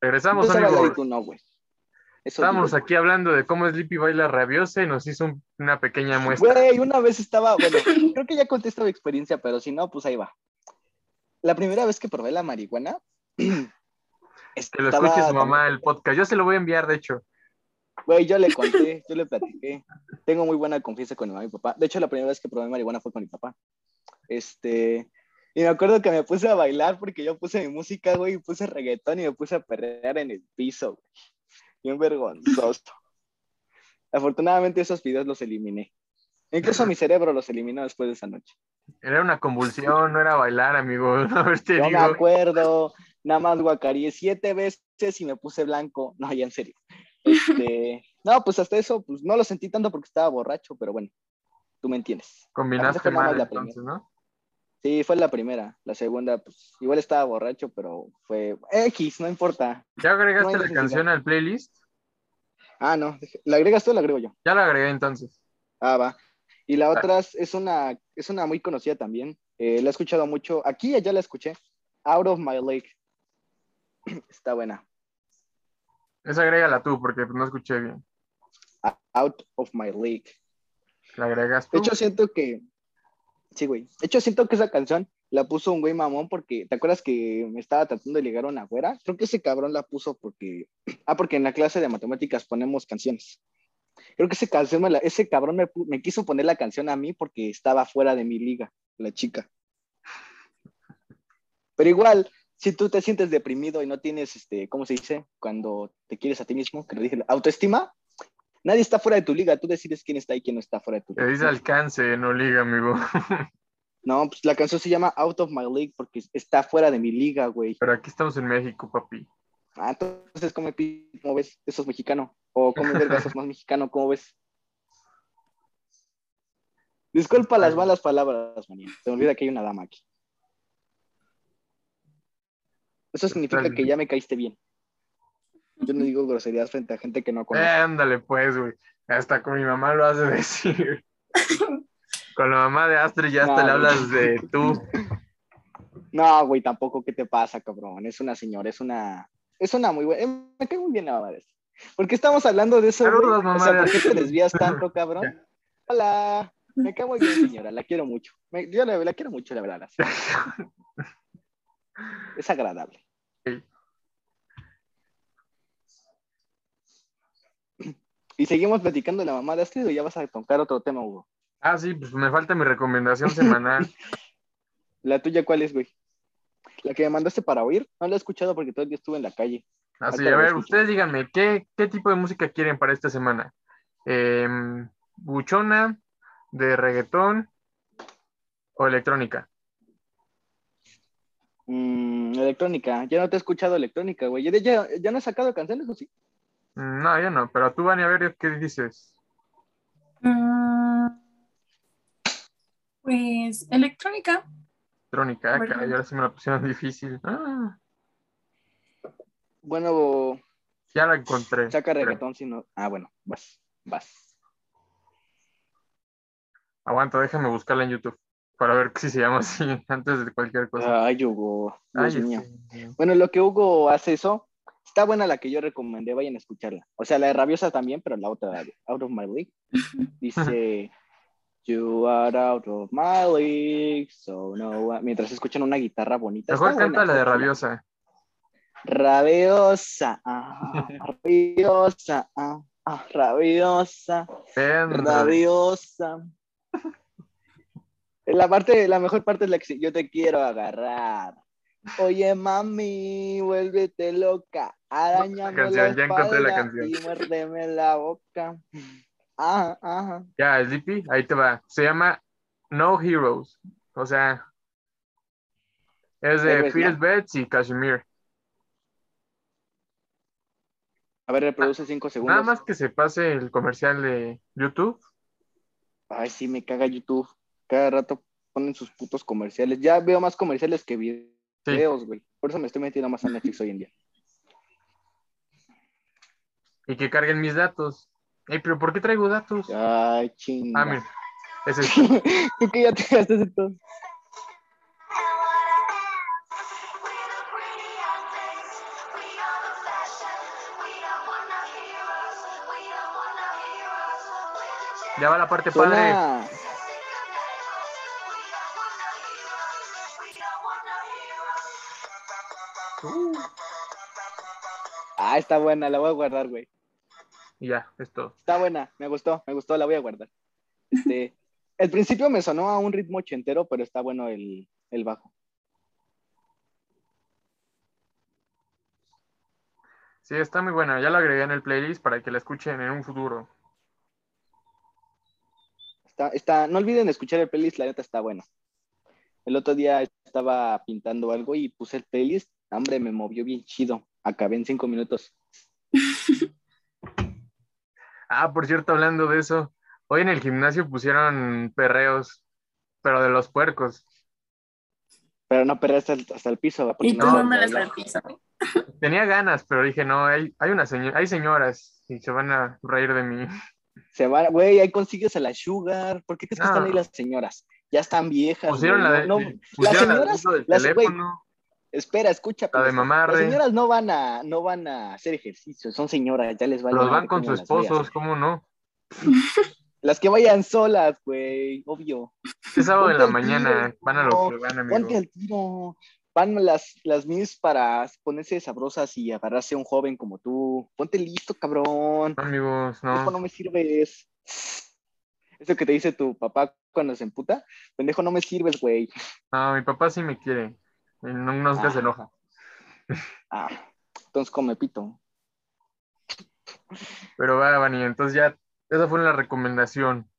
S1: Regresamos,
S2: sé bailar y
S1: amigos.
S2: tú no, güey. Eso
S1: Estábamos
S2: digo,
S1: aquí hablando de cómo Sleepy baila rabiosa y nos hizo un- una pequeña muestra.
S2: Güey, una vez estaba, bueno, creo que ya conté esta experiencia, pero si no, pues ahí va. La primera vez que probé la marihuana,
S1: Que lo
S2: estaba
S1: escuche su
S2: también-
S1: mamá el podcast. Yo se lo voy a enviar, de hecho.
S2: Güey, yo le conté, yo le platiqué. Tengo muy buena confianza con mi mamá y mi papá. De hecho, la primera vez que probé marihuana fue con mi papá. Este, y me acuerdo que me puse a bailar porque yo puse mi música, güey, y puse reggaetón y me puse a perrear en el piso, güey. Bien vergonzoso. Afortunadamente esos videos los eliminé. Incluso mi cerebro los eliminó después de esa noche.
S1: Era una convulsión, no era bailar, amigo. A ver, te
S2: Yo me
S1: digo.
S2: acuerdo, nada más guacarí siete veces y me puse blanco. No, ya en serio. Este, no, pues hasta eso, pues no lo sentí tanto porque estaba borracho, pero bueno, tú me entiendes.
S1: Combinaste
S2: Fue nada más
S1: mal
S2: la
S1: entonces, ¿no?
S2: Sí, fue la primera. La segunda, pues igual estaba borracho, pero fue X, no importa.
S1: ¿Ya agregaste
S2: No hay
S1: la
S2: necesidad.
S1: canción al playlist?
S2: Ah, no, ¿la agregas tú o la agrego yo?
S1: Ya la agregué entonces.
S2: Ah, va. Y la otra es- es una, es una muy conocida también. Eh, la he escuchado mucho. Aquí y allá la escuché. Out of my lake. Está buena.
S1: Esa agrégala tú porque no escuché bien.
S2: Out of my lake.
S1: La agregas
S2: Pues
S1: Pues
S2: De
S1: tú.
S2: hecho, siento que. Sí, güey. De hecho, siento que esa canción la puso un güey mamón porque. ¿Te acuerdas que me estaba tratando de ligar a una güera? Creo que ese cabrón la puso porque. Ah, porque en la clase de matemáticas ponemos canciones. Creo que ese, canción me la- ese cabrón me, pu- me quiso poner la canción a mí porque estaba fuera de mi liga, la chica. Pero igual, si tú te sientes deprimido y no tienes, este, ¿cómo se dice? Cuando te quieres a ti mismo, que lo dije, autoestima, nadie está fuera de tu liga, tú decides quién está y quién no está fuera de tu
S1: Te
S2: liga.
S1: dice alcance, no liga, amigo.
S2: No, pues la canción se llama Out of My League porque está fuera de mi liga, güey.
S1: Pero aquí estamos en México, papi.
S2: Ah, entonces come pi, ¿cómo ves? Eso es mexicano. O come verga, sos más mexicano, ¿cómo ves? Disculpa las malas palabras, manía. Se me olvida que hay una dama aquí. Eso significa
S1: Dale.
S2: que ya me caíste bien. Yo no digo groserías frente a gente que no
S1: Eh,
S2: conoce.
S1: ándale, pues, güey. Hasta con mi mamá lo has de decir. con la mamá de Astrid ya hasta
S2: No,
S1: le
S2: güey.
S1: hablas de tú.
S2: No, güey, tampoco, ¿qué te pasa, cabrón? Es una señora, es una. Es una muy buena. eh, Me cae muy bien la mamá de ¿Por qué estamos hablando de eso? güey?
S1: Saludos,
S2: O
S1: mamá
S2: sea,
S1: de
S2: ¿por qué te
S1: Astrid.
S2: desvías tanto, cabrón? Hola. Me cae muy bien, señora. La quiero mucho. Me- yo la, la quiero mucho, la verdad. la señora. Es agradable.
S1: Sí.
S2: Y seguimos platicando de la mamá de Astrid o ya vas a tocar otro tema, Hugo.
S1: Ah, sí, pues me falta mi recomendación semanal.
S2: ¿La tuya cuál es, güey? La que me mandaste para oír. No la he escuchado porque todo el día estuve en la calle.
S1: Así,
S2: Ahorita
S1: Ah, a
S2: lo
S1: ver,
S2: escucho.
S1: ustedes díganme, ¿qué, qué tipo de música quieren para esta semana? Em, ¿Buchona, de reggaetón o electrónica?
S2: Mm, electrónica. Ya no te he escuchado electrónica, güey. Ya, ya, ya no he sacado canciones, ¿o sí?
S1: Mm, No, yo no, pero tú, Vani, a ver, ¿qué dices?
S3: Mm, pues electrónica.
S1: Electrónica, ah,
S3: Bueno.
S1: caray, ahora sí me la pusieron difícil. Ah,
S2: Bueno,
S1: ya la encontré.
S2: saca reggaetón si no. Ah, bueno, vas, vas.
S1: Aguanta, déjame buscarla en YouTube para ver si se llama así antes de cualquier cosa.
S2: Ay, Hugo. Ah, Dios
S1: Pues Ay,
S2: mío.
S1: este,
S2: Bueno, lo que Hugo hace eso Está buena la que yo recomendé, vayan a escucharla. O sea, la de Rabiosa también, pero la otra, la de Out of My League. Dice, You are out of my league, so no. one-" Mientras escuchan una guitarra bonita.
S1: Mejor
S2: está buena, ¿eh?
S1: canta la de
S2: está buena.
S1: Rabiosa.
S2: Rabiosa, ah, rabiosa, ah, ah, rabiosa,
S1: Ven,
S2: rabiosa. La parte, la mejor parte es la que sí, yo te quiero agarrar. Oye, mami, vuélvete loca. Arañame la,
S1: Canción, ya encontré la
S2: espalda
S1: canción.
S2: Y muérdeme la boca. Ajá, ajá.
S1: Ya, Sleepy, ahí te va. Se llama No Heroes. O sea, es de
S2: Héroes, ¿no?
S1: Fierce Bets y Kashmir.
S2: A ver, reproduce cinco segundos.
S1: Nada más que se pase el comercial de YouTube.
S2: Ay, sí, me caga YouTube. Cada rato ponen sus putos comerciales. Ya veo más comerciales que
S1: Sí.
S2: videos, güey. Por eso me estoy metiendo más a Netflix hoy en día.
S1: Y que carguen mis datos. Ey, pero ¿por qué traigo datos?
S2: Ay, chinga.
S1: Ah, mira. Ese es.
S2: Tú que ya te gastas de todo.
S1: Ya va la parte padre.
S2: Suena... Ah, está buena, la voy a guardar, güey.
S1: Y ya, es todo.
S2: Está buena, me gustó, me gustó, la voy a guardar. Este, el principio me sonó a un ritmo ochentero, pero está bueno el, el bajo.
S1: Sí, está muy buena. Ya la agregué en el playlist para que la escuchen en un futuro.
S2: Está, está, no olviden escuchar el playlist, la neta está buena. El otro día estaba pintando algo y puse el playlist. Hombre, me movió bien chido. Acabé en cinco minutos.
S1: Ah, por cierto, hablando de eso, hoy en el gimnasio pusieron perreos, pero de los puercos.
S2: Pero no perré hasta el, hasta el piso. porque
S3: Y tú
S1: no,
S3: no me
S2: no,
S3: las
S2: no.
S3: repisas.
S1: Tenía ganas, pero dije, no, hay, hay, una seño- hay señoras y se van a reír de mí.
S2: Se va, güey, ahí consigues a la Sugar. ¿Por qué crees que
S1: No.
S2: están ahí las señoras? Ya están viejas.
S1: Ah. Pusieron
S2: güey,
S1: la de,
S2: no- no,
S1: pusieron la del
S2: señoras,
S1: uso del
S2: las- güey,
S1: teléfono.
S2: Espera, escucha.
S1: La de
S2: pendejo.
S1: mamarre.
S2: Las señoras no van a, no van a hacer ejercicio, son señoras, ya les vale.
S1: los van
S2: madre
S1: con
S2: cómo
S1: sus
S2: las veas.
S1: esposos, ¿cómo no?
S2: Las que vayan solas, güey, obvio.
S1: Es sábado en la
S2: Ponte al
S1: mañana,
S2: tiro,
S1: van a lo que van,
S2: Ponte
S1: amigo.
S2: al tiro. Van las, las mis para ponerse sabrosas y agarrarse a un joven como tú. Ponte listo, cabrón.
S1: No, amigos,
S2: Pendejo,
S1: no.
S2: no me sirves. Eso que te dice tu papá cuando se emputa. Pendejo, no me sirves, güey.
S1: No, mi papá sí me quiere. y no- Nunca se enoja.
S2: Ah, entonces come pito.
S1: Pero va, Vani, entonces ya, esa fue la recomendación.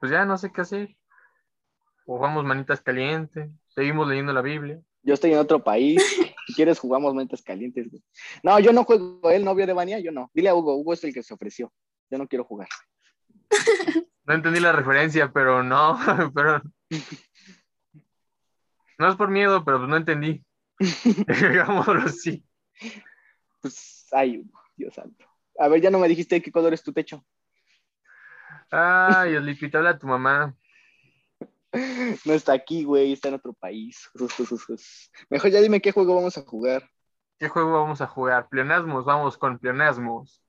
S1: Pues ya no sé qué hacer. Jugamos manitas calientes, seguimos leyendo la Biblia.
S2: Yo estoy en otro país. Si quieres, jugamos mentes calientes, güey. No, yo no juego. El novio de Vania, yo no. Dile a Hugo. Hugo es el que se ofreció. Yo no quiero jugar.
S1: No entendí la referencia, pero no, pero... No es por miedo, pero pues no entendí. Digámoslo así.
S2: Pues, ay, Hugo, Dios santo. A ver, ya no me dijiste qué color es tu techo.
S1: Ay, Sleepy, te habla tu mamá.
S2: No está aquí, güey. Está en otro país. Rus, rus, rus, rus. Mejor ya dime qué juego vamos a jugar.
S1: ¿Qué juego vamos a jugar? Pleonasmos, vamos con pleonasmos.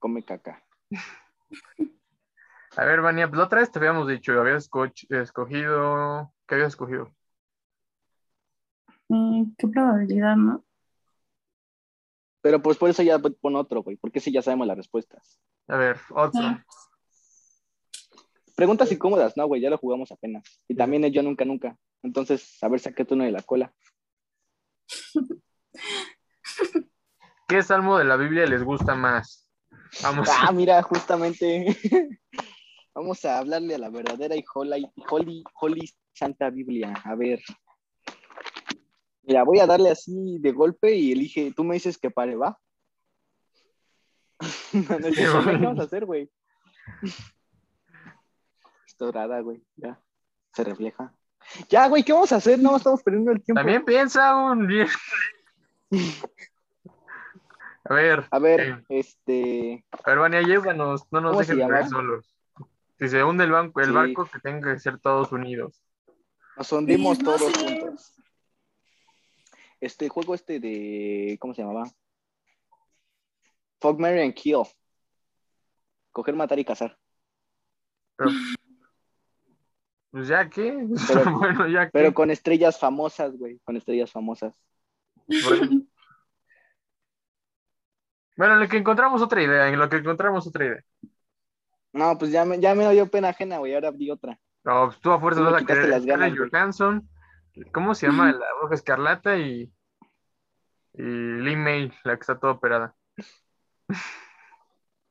S2: Come caca.
S1: A ver, Vania, pues la otra vez te habíamos dicho, habías escoch- escogido... ¿Qué habías escogido?
S3: Mm, Qué probabilidad, ¿no?
S2: Pero pues por eso ya pon otro, güey. Porque si ya sabemos las respuestas.
S1: A ver, otro.
S2: Preguntas incómodas, no, güey. Ya lo jugamos apenas. Y también es yo nunca, nunca. Entonces, a ver, sácate uno de la cola.
S1: ¿Qué salmo de la Biblia les gusta más? Vamos.
S2: Ah, mira, justamente. Vamos a hablarle a la verdadera y holy, holy, holy Santa Biblia. A ver. Mira, voy a darle así de golpe y elige. Tú me dices que pare, ¿va? no, no es cierto, güey, ¿Qué vamos a hacer, güey? Es dorada, güey. Ya. Se refleja. Ya, güey, ¿qué vamos a hacer? No, estamos perdiendo el tiempo.
S1: También piensa un bien. A ver,
S2: A ver, este.
S1: a ver, Vania, llévanos, no nos
S2: ¿Cómo se
S1: dejes
S2: llama?
S1: caer solos. Si se hunde el, banco, el
S2: Sí.
S1: barco, que tenga que ser todos unidos.
S2: Nos hundimos
S3: Sí, no
S2: todos
S3: sé.
S2: juntos. este juego este de, ¿cómo se llamaba? Fuck, Mary and Kill. Coger, matar y cazar.
S1: Pues ya qué.
S2: Pero-
S1: bueno, ya qué.
S2: Pero con estrellas famosas, güey. Con estrellas famosas.
S1: Bueno. Bueno, en lo que encontramos otra idea, en lo que encontramos otra idea.
S2: No, pues ya me, ya me dio pena ajena, güey. Ahora di otra.
S1: No, pues tú a fuerza
S2: Tú me
S1: vas a
S2: quitaste
S1: querer
S2: las ganas,
S1: Scarlett
S2: güey.
S1: Johansson, ¿cómo se llama? La bruja escarlata y, y Lee May, la que está toda operada.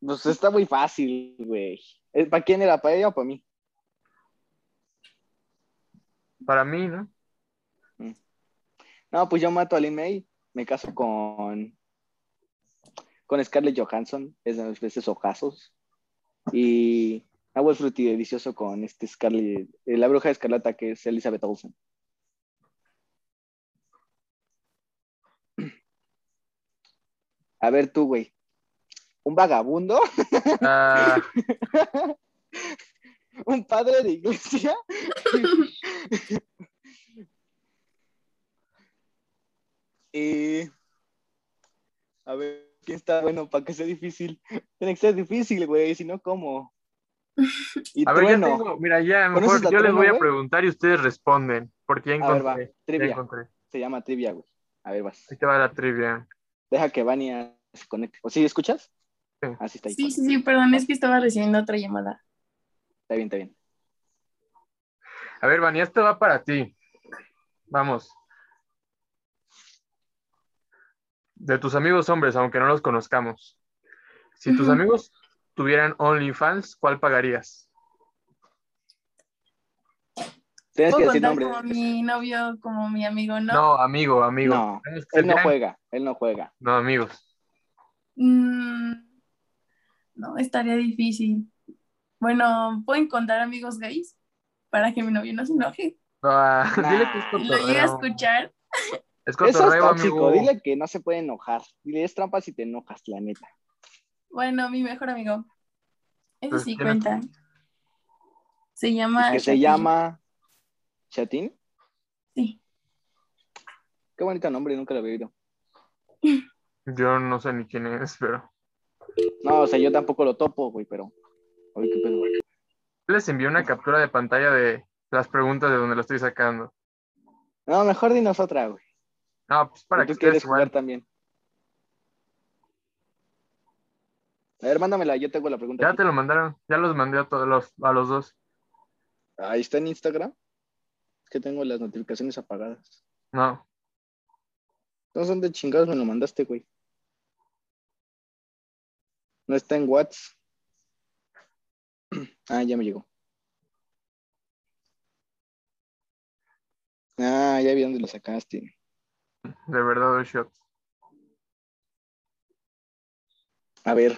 S2: Pues está muy fácil, güey. Eh, ¿Para quién era? ¿Para ella o para mí?
S1: Para mí, ¿no?
S2: No, pues yo mato a Lin May. Me caso con. Con Scarlett Johansson. Es de mis veces ojazos. Y. Hago el frutidelicioso con este Scarlett. eh, la bruja escarlata que es Elizabeth Olsen. A ver tú, güey. ¿Un vagabundo?
S1: Ah,
S2: ¿Un padre de iglesia? Eh, a ver, ¿quién está bueno para que sea difícil? Tiene que ser difícil, güey, si no, ¿cómo? Y
S1: a ver, ya
S2: trueno.
S1: tengo, mira, ya mejor
S2: ¿Conoces
S1: yo les
S2: la trama,
S1: voy a
S2: güey?
S1: preguntar y ustedes responden, porque ya
S2: A ver, va,
S1: encontré, ya
S2: trivia.
S1: encontré.
S2: Se llama trivia, güey. A ver, vas.
S1: Ahí te va la trivia.
S2: Deja que Vania se conecte. ¿O sí, escuchas?
S1: Sí.
S2: Ah, sí, está ahí.
S3: Sí, sí, sí, perdón, es que estaba recibiendo otra llamada.
S2: Está bien, está bien.
S1: A ver, Vania, esto va para ti. Vamos. De tus amigos hombres, aunque no los conozcamos. Si tus
S3: Ujú.
S1: amigos tuvieran OnlyFans, ¿cuál pagarías?
S2: Tienes que
S3: Puedo
S2: decir
S3: contar
S2: nombre.
S3: como mi novio, como mi amigo, ¿no?
S1: No, amigo, amigo.
S2: No,
S1: Tenemos que ser
S2: él no
S1: bien-
S2: juega, él no juega.
S1: No, amigos.
S3: Mm, no, estaría difícil. Bueno, ¿puedo encontrar amigos gays? Para que mi novio no se enoje.
S1: Ah,
S2: Nah.
S1: Dile que es
S3: Y lo llega a
S1: cotorreo.
S3: escuchar.
S1: Es
S2: Eso es
S1: cotorreo,
S2: tóxico,
S1: amigo.
S2: dile que no se puede enojar. Dile, es trampa si te enojas, la neta.
S3: Bueno, mi mejor amigo. Eso
S1: Pues,
S3: sí
S1: ¿quién es?
S3: cuenta. Se llama.
S2: que se
S3: Shaquille.
S2: llama Chatín.
S3: Sí.
S2: Qué bonito nombre, nunca lo había oído.
S1: Yo no sé ni quién es, pero.
S2: No, o sea, yo tampoco lo topo, güey, pero. Oye, qué pedo.
S1: Les envié una captura de pantalla de las preguntas de donde lo estoy sacando.
S2: No, mejor dinos otra, güey.
S1: No, pues para
S2: tú
S1: que
S2: quieres
S1: ustedes
S2: jugar
S1: igual.
S2: también. A ver, mándamela, yo tengo la pregunta.
S1: Ya
S2: aquí.
S1: te lo mandaron, ya los mandé a todos los, a los dos.
S2: Ahí está en Instagram. Es que tengo las notificaciones apagadas.
S1: No.
S2: Entonces, ¿dónde chingados me lo mandaste, güey? No está en WhatsApp. Ah, ya me llegó. Ah, ya vi dónde lo sacaste.
S1: De verdad, el shot.
S2: A ver,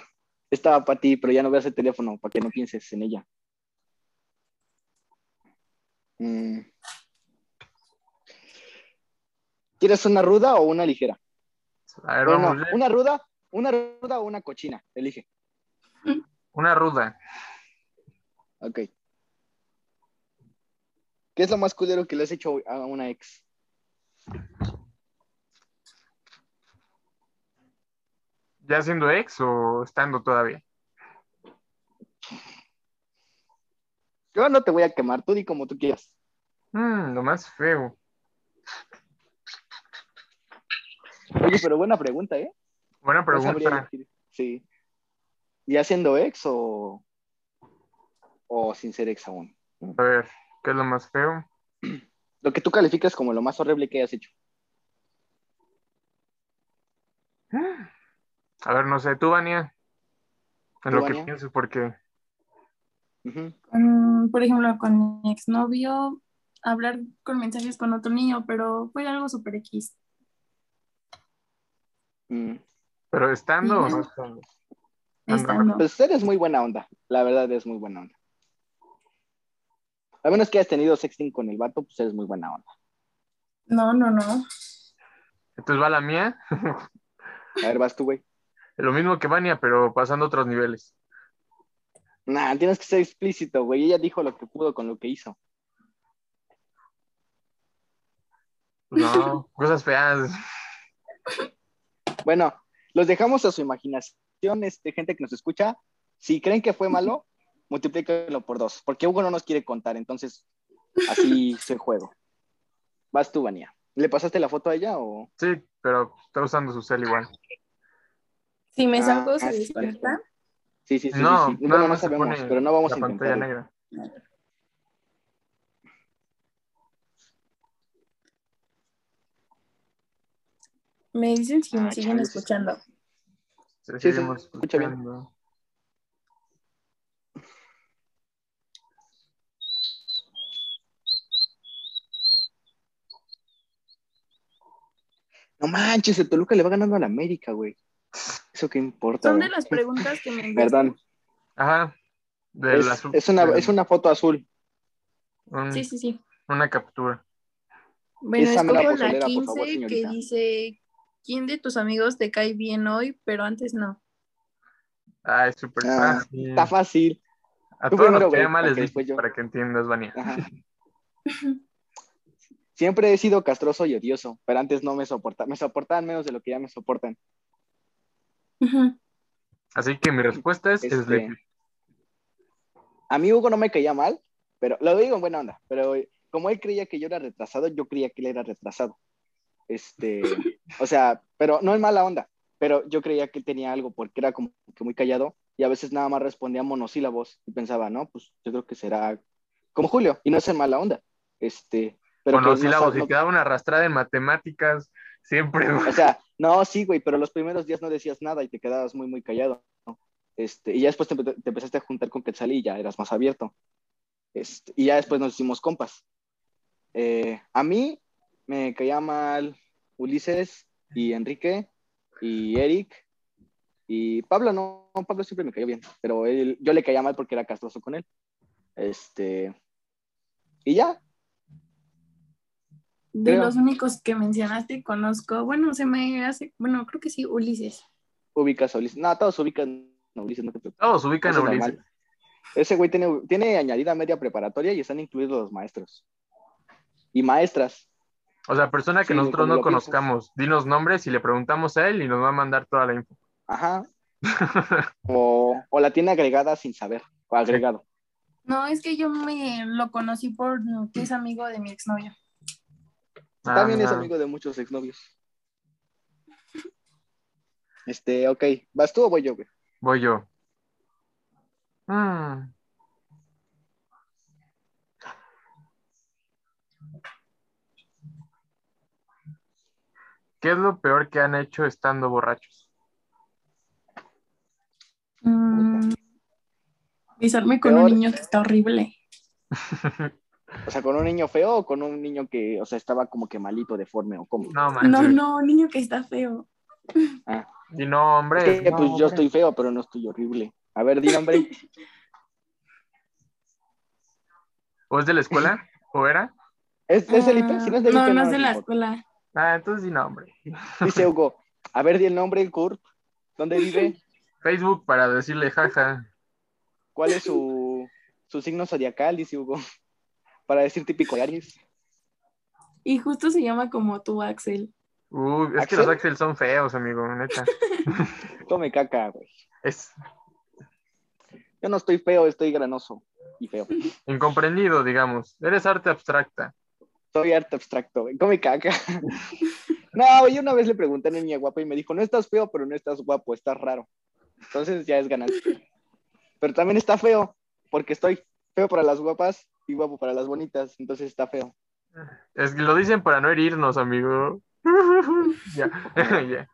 S2: estaba para ti, pero ya no veas el teléfono para que no pienses en ella. Mm. ¿Quieres una ruda o una ligera?
S1: A ver,
S2: Bueno,
S1: vamos, ya.
S2: una ruda, una ruda o una cochina, elige.
S1: una ruda.
S2: Ok. ¿Qué es lo más culero que le has hecho a una ex?
S1: ¿Ya siendo ex o estando todavía?
S2: Yo no te voy a quemar, tú di como tú quieras.
S1: Mm, lo más feo.
S2: Oye, pero buena pregunta, ¿eh?
S1: Buena
S2: No sabría
S1: pregunta.
S2: elegir. Sí. ¿Ya siendo ex o, o sin ser ex aún?
S1: A ver, ¿qué es lo más feo?
S2: Lo que tú calificas como lo más horrible que hayas hecho.
S1: A ver, no sé, tú, Vania. En
S2: ¿Tú,
S1: lo que
S2: Vania?
S1: pienso, porque
S2: Ujú.
S3: Con, por ejemplo, con mi exnovio, hablar con mensajes con otro niño, pero fue algo super X.
S2: Mm.
S1: ¿Pero estando o
S3: Ujú.
S1: no estando?
S3: Estando.
S2: Pues eres muy buena onda. La verdad, eres muy buena onda. A menos que hayas tenido sexting con el vato, pues eres muy buena onda.
S3: No, no, no.
S1: Entonces va la mía.
S2: A ver, vas tú, güey.
S1: Lo mismo que Vania, pero pasando otros niveles.
S2: Nah, tienes que ser explícito, güey. Ella dijo lo que pudo con lo que hizo.
S1: No, cosas feas.
S2: Bueno, los dejamos a su imaginación, este, gente que nos escucha. Si creen que fue malo, multiplíquenlo por dos, porque Hugo no nos quiere contar, entonces así se juego. Vas tú, Vania. ¿Le pasaste la foto a ella o...?
S1: Sí, pero está usando su cel igual.
S3: Si me
S2: Ah,
S3: salgo, se
S2: ah, sí,
S3: desconecta.
S2: Sí, sí, sí.
S1: no,
S2: sí, sí.
S1: nada
S2: Bueno, no
S1: más se
S2: sabemos,
S1: pone
S2: pero no vamos
S1: la
S2: a
S1: pantalla
S2: intentar.
S1: negra.
S3: Me dicen si me
S2: Ah,
S3: siguen
S2: chale, sí.
S3: escuchando.
S1: Sí,
S2: se
S1: seguimos
S2: escucha bien.
S1: escuchando.
S2: No manches, el Toluca le va ganando a la América, güey. Eso qué importa.
S3: Son de
S2: güey.
S3: las preguntas que me enviaste.
S2: Perdón.
S1: Ajá. De la
S2: Es,
S1: sub-
S2: es una,
S1: de-
S2: es una foto azul.
S1: un-
S3: Sí, sí, sí.
S1: Una captura.
S3: Bueno,
S2: Esa mera
S3: escojo la
S2: pozolera, por
S3: 15
S2: favor,
S3: que
S2: señorita.
S3: dice, ¿quién de tus amigos te cae bien hoy, pero antes no?
S1: Ay, súper
S2: Ah,
S1: fácil.
S2: Está fácil.
S1: A
S2: Tú
S1: todos
S2: primero,
S1: los que
S2: güey,
S1: llaman les dije
S2: porque después yo.
S1: para que entiendas, Vania.
S2: Ajá. Siempre he sido castroso y odioso, pero antes no me soportaban. Me soportaban menos de lo que ya me soportan.
S3: Ujú.
S1: Así que mi respuesta es
S2: Este-
S1: Sleepy.
S2: A mí Hugo no me caía mal, pero lo digo en buena onda, pero como él creía que yo era retrasado, yo creía que él era retrasado. Este, o sea, pero no en mala onda, pero yo creía que tenía algo porque era como que muy callado y a veces nada más respondía monosílabos y pensaba, no, pues yo creo que será como Julio y no es en mala onda. Este, pero
S1: Bueno,
S2: que
S1: sí,
S2: no
S1: la
S2: sab-
S1: voz, si
S2: no-
S1: te daba una arrastrada en matemáticas, siempre. güey.
S2: o sea, no, sí, güey, pero los primeros días no decías nada y te quedabas muy, muy callado. ¿no? Este, y ya después te, empe- te empezaste a juntar con Quetzalí y ya eras más abierto. Este, y ya después nos hicimos compas. Eh, a mí me caía mal Ulises y Enrique y Eric y Pablo, no, Pablo siempre me cayó bien, pero él- yo le caía mal porque era castroso con él. Este, y ya,
S3: De
S2: Creo.
S3: los únicos que mencionaste conozco, bueno, se me hace, bueno, creo que sí, Ulises.
S2: ubicas a Ulises. No, todos ubican a Ulises, no te preocupes.
S1: Todos ubican a
S2: Eso es
S1: Ulises.
S2: normal. Ese güey tiene, tiene añadida media preparatoria y están incluidos los maestros. Y maestras.
S1: O sea, persona que
S2: Sí,
S1: nosotros
S2: como
S1: no
S2: lo piensas.
S1: conozcamos, dinos nombres y le preguntamos a él y nos va a mandar toda la info.
S2: Ajá. O, o la tiene agregada sin saber. O agregado.
S3: No, es que yo me lo conocí por que es amigo de mi exnovio.
S2: También
S1: Ah,
S2: es amigo de muchos exnovios. Este, ok. ¿Vas tú o voy yo, güey?
S1: Voy yo. Mm. ¿Qué es lo peor que han hecho estando borrachos?
S3: Mm, besarme con
S2: Peor.
S3: un niño que está horrible.
S2: O sea, ¿con un niño feo o con un niño que, o sea, estaba como que malito, deforme o cómo?
S1: No, manches.
S3: No, no, un niño que está feo.
S1: Y no, hombre.
S2: Es que,
S1: no,
S2: pues yo
S1: hombre.
S2: estoy feo, pero no estoy horrible. A ver, di nombre.
S1: ¿O es de la escuela? ¿O era?
S2: ¿Es, es delito?
S3: Ah,
S2: Si no es delito,
S3: no, no es de
S2: es
S3: la
S2: delito.
S3: escuela.
S1: Ah, entonces sí, no, hombre.
S2: Dice Hugo, a ver, di el nombre, el CURP. ¿Dónde vive?
S1: Facebook para decirle jaja.
S2: ¿Cuál es su, su signo zodiacal? Dice Hugo. Para decir típico de Aries.
S3: Y justo se llama como tú, Axel.
S1: Uy, es que
S2: ¿Axel?
S1: los Axel son feos, amigo, neta.
S2: Tome caca, güey.
S1: Es
S2: Yo no estoy feo, estoy granoso y feo.
S1: incomprendido, digamos. Eres arte abstracta.
S2: Soy arte abstracto, güey. Come caca. No, yo una vez le pregunté a una niña guapa y me dijo, no estás feo, pero no estás guapo, estás raro. Entonces ya es ganancia. Pero también está feo, porque estoy feo para las guapas y guapo para las bonitas. Entonces está feo.
S1: Es que lo dicen para no herirnos, amigo. ya, ya.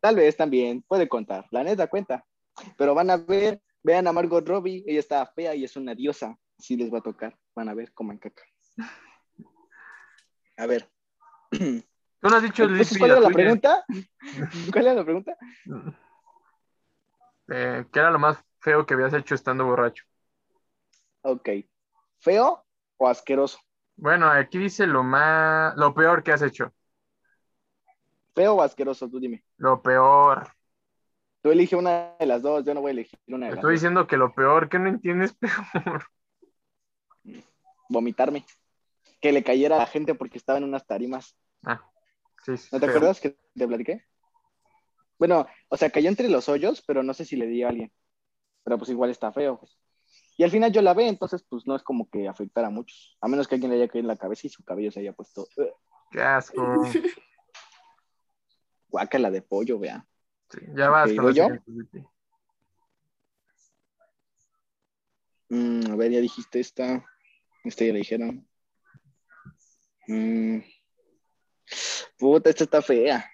S2: Tal vez también puede contar, la neta cuenta. Pero van a ver, vean a Margot Robbie, ella está fea y es una diosa. Sí les va a tocar, van a ver, coman caca. A ver.
S1: Tú no has dicho
S2: Entonces,
S1: Sleepy,
S2: ¿Cuál
S1: la
S2: era la
S1: tuya.
S2: pregunta? ¿Cuál era la pregunta?
S1: Eh, ¿Qué era lo más feo que habías hecho estando borracho?
S2: Ok. ¿Feo o asqueroso?
S1: Bueno, aquí dice lo más, lo peor que has hecho.
S2: ¿Feo o asqueroso? Tú dime.
S1: Lo peor.
S2: Tú elige una de las dos, yo no voy a elegir una de las
S1: Estoy
S2: dos.
S1: diciendo que lo peor que no entiendes,
S2: Vomitarme. Que le cayera a la gente porque estaba en unas tarimas.
S1: Ah, sí. sí
S2: ¿No te
S1: pero-
S2: acuerdas que te platiqué? Bueno, o sea, cayó entre los hoyos, pero no sé si le di a alguien. Pero pues igual está feo. pues. Y al final yo la ve, entonces pues no es como que afectara a muchos. A menos que alguien le haya caído en la cabeza y su cabello se haya puesto eh, "Ugh,
S1: Qué asco.
S2: guácala de pollo, vea.
S1: Sí, ya vas
S2: Ok,
S1: con los
S2: ¿voy yo?
S1: siguientes de ti.
S2: Mm, a ver, ya dijiste esta. Esta ya la dijeron. Mm. Puta, esta está fea.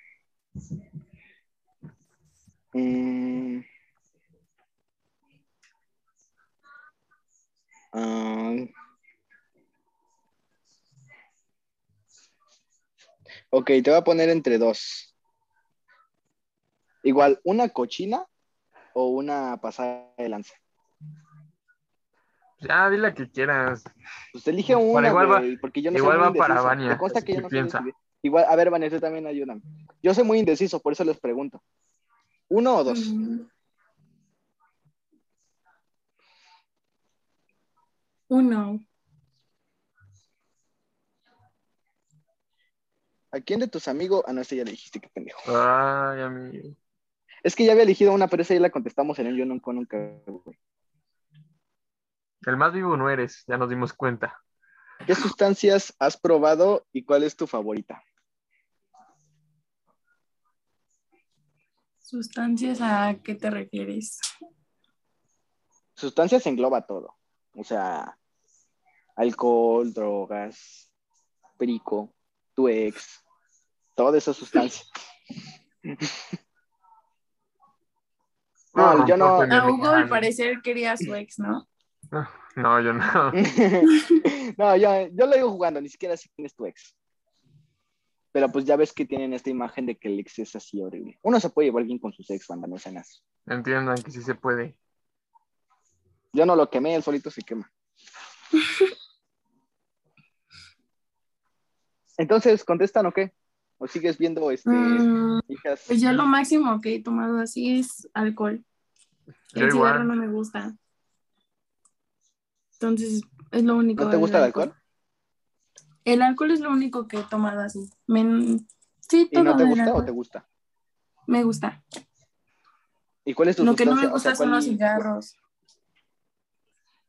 S2: Mm. Ah. Ok, te voy a poner entre dos. Igual, una cochina o una pasada de lanza.
S1: Ya, di la que quieras.
S2: Pues elige
S1: Bueno,
S2: una,
S1: igual va-
S2: güey, porque yo no
S1: igual
S2: soy muy
S1: va para
S2: indeciso.
S1: Vania,
S2: Me consta que yo
S1: ¿qué
S2: no
S1: piensa?
S2: soy muy indeciso. Igual, a ver, Vania, tú también ayúdame. Yo soy muy indeciso, por eso les pregunto. ¿Uno o dos?
S3: Mm. Uno.
S2: ¿A quién de tus amigos? Ah, no, este ya le dijiste, qué pendejo.
S1: Ay, amigo.
S2: Es que ya había elegido una, pero esa ya la contestamos en el Yo Nunca Nunca, güey.
S1: El más vivo no eres, ya nos dimos cuenta.
S2: ¿Qué sustancias has probado y cuál es tu favorita?
S3: ¿Sustancias a qué te refieres?
S2: Sustancias engloba todo. O sea, alcohol, drogas, perico, tu ex, todas esas sustancias. No, yo no-
S1: romperte mi
S3: A Hugo
S1: amistad.
S3: al parecer quería a su ex, ¿no?
S1: No, yo no.
S2: no, yo, yo lo digo jugando, ni siquiera sé quién es tu ex. Pero pues ya ves que tienen esta imagen de que el ex es así horrible. Uno se puede llevar bien con sus ex, banda, no sean así.
S1: Entiendan que sí se puede.
S2: Yo no lo quemé, él solito se quema. Entonces, ¿contestan o qué? ¿O sigues viendo este,
S3: Mm,
S2: hijas?
S3: pues yo lo máximo que he tomado así es alcohol.
S1: Yo
S3: El cigarro
S1: igual.
S3: no me gusta. Entonces, es lo único.
S2: ¿No te gusta el alcohol?
S3: El alcohol es lo único que he tomado así. Me- sí,
S2: ¿Y
S3: todo.
S2: no te
S3: el
S2: gusta o
S3: alcohol.
S2: te gusta?
S3: Me gusta.
S2: ¿Y cuál es tu
S3: Lo que no me
S2: sustancia? O sea,
S3: gusta son
S2: ¿cuál-
S3: los cigarros.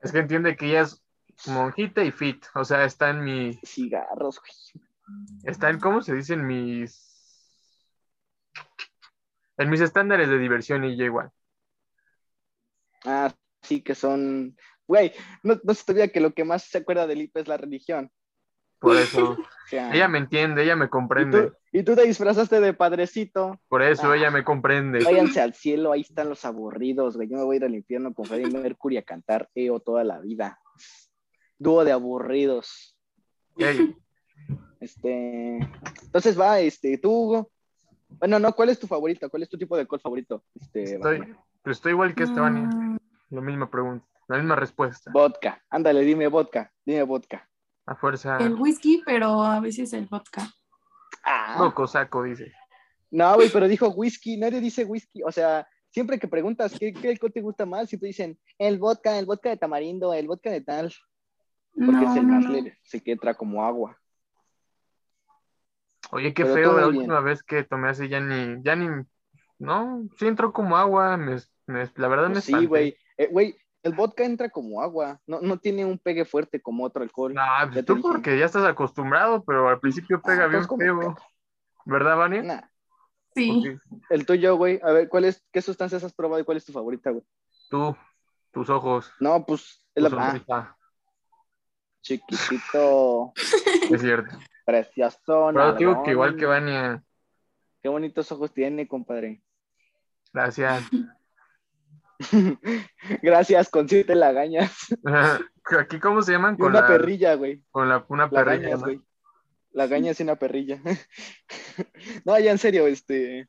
S1: Es que entiende que ella es monjita y fit. O sea, está en mi.
S2: Cigarros, güey.
S1: Está en, ¿cómo se dicen mis. En mis estándares de diversión y yo igual.
S2: Ah, sí, que son... Güey, no, no se te olvida que lo que más se acuerda del IP es la religión.
S1: Por eso.
S2: O sea,
S1: ella me entiende, ella me
S2: y, tú,
S1: comprende.
S2: y tú te disfrazaste de padrecito.
S1: Por eso
S2: Ah.
S1: ella me comprende.
S2: Váyanse al cielo, ahí están los aburridos, güey. Yo me voy a ir al infierno con Freddie Mercury a cantar EO toda la vida. Dúo de aburridos.
S1: Ey,
S2: Este. Entonces va, este, tú, Hugo. Bueno, no, ¿cuál es tu favorito? ¿Cuál es tu tipo de alcohol favorito? Este,
S1: estoy, pero estoy igual que Estefania.
S2: Ah.
S3: Mm,
S1: La misma pregunta, la misma respuesta.
S2: Vodka. Ándale, dime vodka. Dime vodka.
S1: A fuerza.
S3: el whisky, pero a veces el vodka.
S2: Ah.
S1: Loco saco, dice.
S2: No, güey, pero dijo whisky, nadie dice whisky, o sea, siempre que preguntas qué, qué alcohol te gusta más, siempre dicen el vodka, el vodka de tamarindo, el vodka de tal, porque
S3: no,
S2: es el
S3: no,
S2: más
S3: no.
S2: leve, se que entra como agua.
S1: Oye, qué
S2: Pero
S1: feo,
S2: todo
S1: la
S2: bien.
S1: última vez que tomé así ya ni, ya ni, no, sí entró como agua, me, me- la verdad
S2: Pues
S1: me
S2: sí,
S1: espanté.
S2: güey, Eh, güey, el vodka entra como agua, no, no tiene un pegue fuerte como otro alcohol.
S1: No, pues
S2: Ya te
S1: tú
S2: dije.
S1: porque ya estás acostumbrado, pero al principio pega
S2: Ah,
S1: bien
S2: estás como
S1: feo. ¿Verdad, Vania?
S2: Nah.
S3: Sí.
S1: Porque
S2: El tuyo, güey, a ver, ¿cuál es, ¿qué sustancias has probado y cuál es tu favorita, güey?
S1: Tú, tus ojos,
S2: No, pues, es
S1: tu
S2: la... ah,
S1: sonrisa,
S2: chiquitito,
S1: es cierto.
S2: precioso.
S1: Pero digo
S2: nalgón.
S1: que igual que eh, Vania,
S2: Qué bonitos ojos tiene, compadre.
S1: gracias.
S2: Gracias, con siete lagañas.
S1: ¿Aquí cómo se llaman?
S2: Y
S1: Con
S2: una
S1: la,
S2: perrilla, güey.
S1: con la, una
S2: La
S1: perrilla,
S2: gañas,
S1: ¿no?
S2: güey. La gañas y una perrilla. no, ya en serio, este.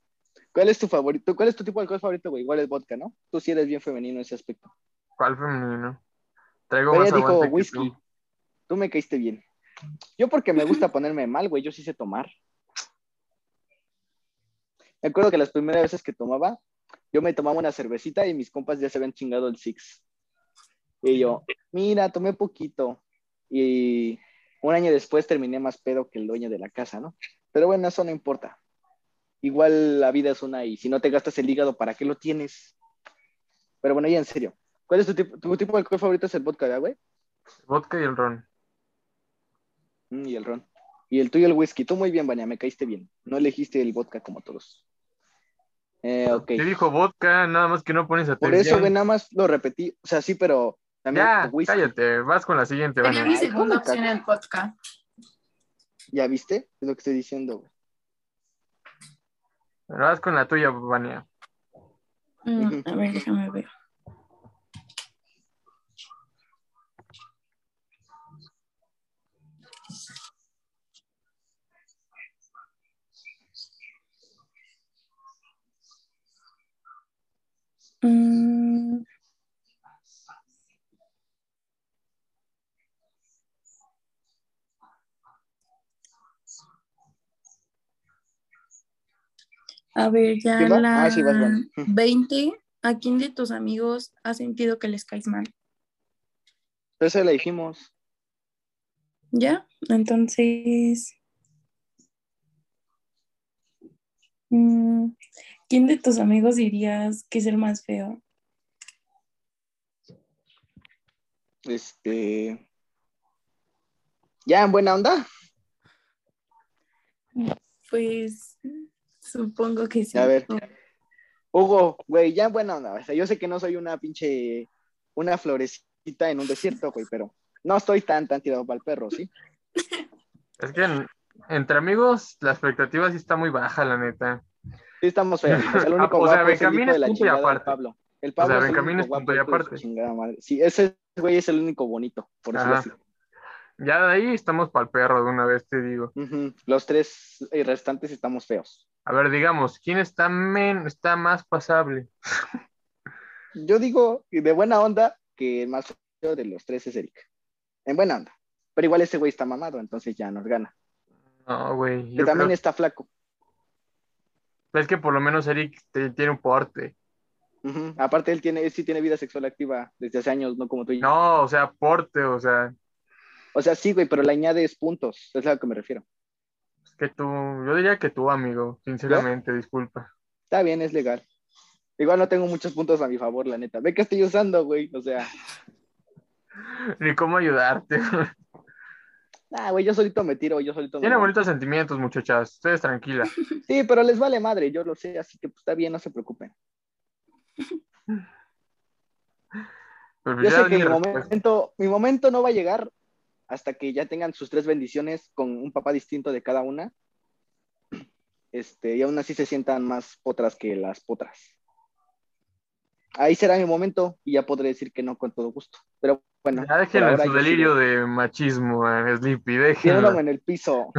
S2: ¿Cuál es tu favorito? ¿Cuál es tu tipo de alcohol favorito, güey? Igual es vodka, ¿no? Tú sí eres bien femenino en ese aspecto.
S1: ¿Cuál femenino? Traigo
S2: Pero
S1: más
S2: ella dijo
S1: aguante que
S2: whisky.
S1: tú.
S2: Tú me caíste bien. Yo porque me gusta ponerme mal, güey. Yo sí sé tomar. Me acuerdo que las primeras veces que tomaba, yo me tomaba una cervecita y mis compas ya se habían chingado el six. Y yo, mira, tomé poquito. Y un año después terminé más pedo que el dueño de la casa, ¿no? Pero bueno, eso no importa. Igual la vida es una y si no te gastas el hígado, ¿para qué lo tienes? Pero bueno, ya en serio. ¿Cuál es tu, tip- tu tipo de alcohol favorito? Es el vodka, ¿verdad, güey?
S1: Vodka y el ron.
S2: Mm, y el ron. Y el tuyo, el whisky. Tú muy bien, Vania, me caíste bien. No elegiste el vodka como todos. Eh, ok.
S1: Te dijo vodka, nada más que no pones
S2: Por
S1: atención.
S2: eso, güey, nada más lo repetí. O sea, sí, pero también
S1: Ya,
S2: el whisky.
S1: cállate, vas con la siguiente,
S2: Ay,
S3: Sería
S1: Vania.
S3: mi
S2: ¿cómo
S3: segunda
S2: me
S3: opción
S2: cago?
S3: el vodka.
S2: ¿Ya viste? Es lo que estoy diciendo, güey.
S1: Vas con la tuya, Vania.
S3: Mm, a ver, déjame ver. Mm. A ver, ya
S2: ¿Quién va?
S3: la
S2: Ah, sí, vas, Vane.
S3: 20. ¿A quién de tus amigos ha sentido que les caes mal?
S2: Pero eso ya la dijimos.
S3: ¿Ya? Entonces. mm, ¿Quién de tus amigos dirías que es el más feo?
S2: Este. Ya, en buena onda.
S3: Pues supongo que sí.
S2: A ver. Hugo, güey, ya en buena onda. O sea, yo sé que no soy una pinche. Una florecita en un desierto, güey, pero no estoy tan, tan tirado para el perro, ¿sí?
S1: Es que en- entre amigos, la expectativa sí está muy baja, la neta.
S2: Sí, estamos feos. O sea, el único
S1: Ah, O sea,
S2: guapo es el
S1: Benjamín
S2: hijo de
S1: es
S2: la
S1: punto y
S2: chingada del
S1: aparte.
S2: Pablo. El
S1: O
S2: Pablo
S1: sea,
S2: es el
S1: Benjamín
S2: único
S1: es punto
S2: guapo,
S1: y
S2: hijo de su
S1: aparte.
S2: chingada madre. Sí, ese güey es el único bonito, por decirlo
S1: Ajá.
S2: así.
S1: Ya de ahí estamos para el perro, de una vez te digo.
S2: Ujú. Los tres eh, restantes estamos feos.
S1: A ver, digamos, ¿quién está, men está más pasable?
S2: Yo digo y de buena onda que el más feo de los tres es Eric. En buena onda. Pero igual ese güey está mamado, entonces ya nos gana.
S1: No, güey.
S2: Que
S1: yo
S2: también
S1: creo-
S2: está flaco.
S1: Es que por lo menos Eric te- tiene un porte.
S2: Ujú. Aparte, él, tiene, él sí tiene vida sexual activa desde hace años, no como tú y yo.
S1: No, o sea, porte, o sea,
S2: O sea, sí, güey, pero le añades puntos. Es a lo que me refiero.
S1: es que tú, yo diría que tú, amigo, sinceramente, disculpa.
S2: Está bien, es legal. Igual no tengo muchos puntos a mi favor, la neta. Ve que estoy usando, güey. O sea,
S1: Ni cómo ayudarte.
S2: ah, güey, yo solito me tiro, yo solito me.
S1: Tiene bonitos sentimientos, muchachas. Ustedes tranquilas.
S2: Sí, pero les vale madre, yo lo sé, así que pues, está bien, no se preocupen.
S1: Pero
S2: Yo
S1: Pues ya
S2: sé que
S1: ni
S2: mi
S1: respuesta.
S2: momento, mi momento no va a llegar hasta que ya tengan sus tres bendiciones con un papá distinto de cada una. Este, y aún así se sientan más potras que las potras. Ahí será mi momento y ya podré decir que no con todo gusto. Pero bueno,
S1: Ya déjenlo
S2: por
S1: en
S2: ahora
S1: su
S2: yo
S1: delirio de machismo, eh, Sleepy,
S2: sigo
S1: déjenlo.
S2: tirándome en el piso.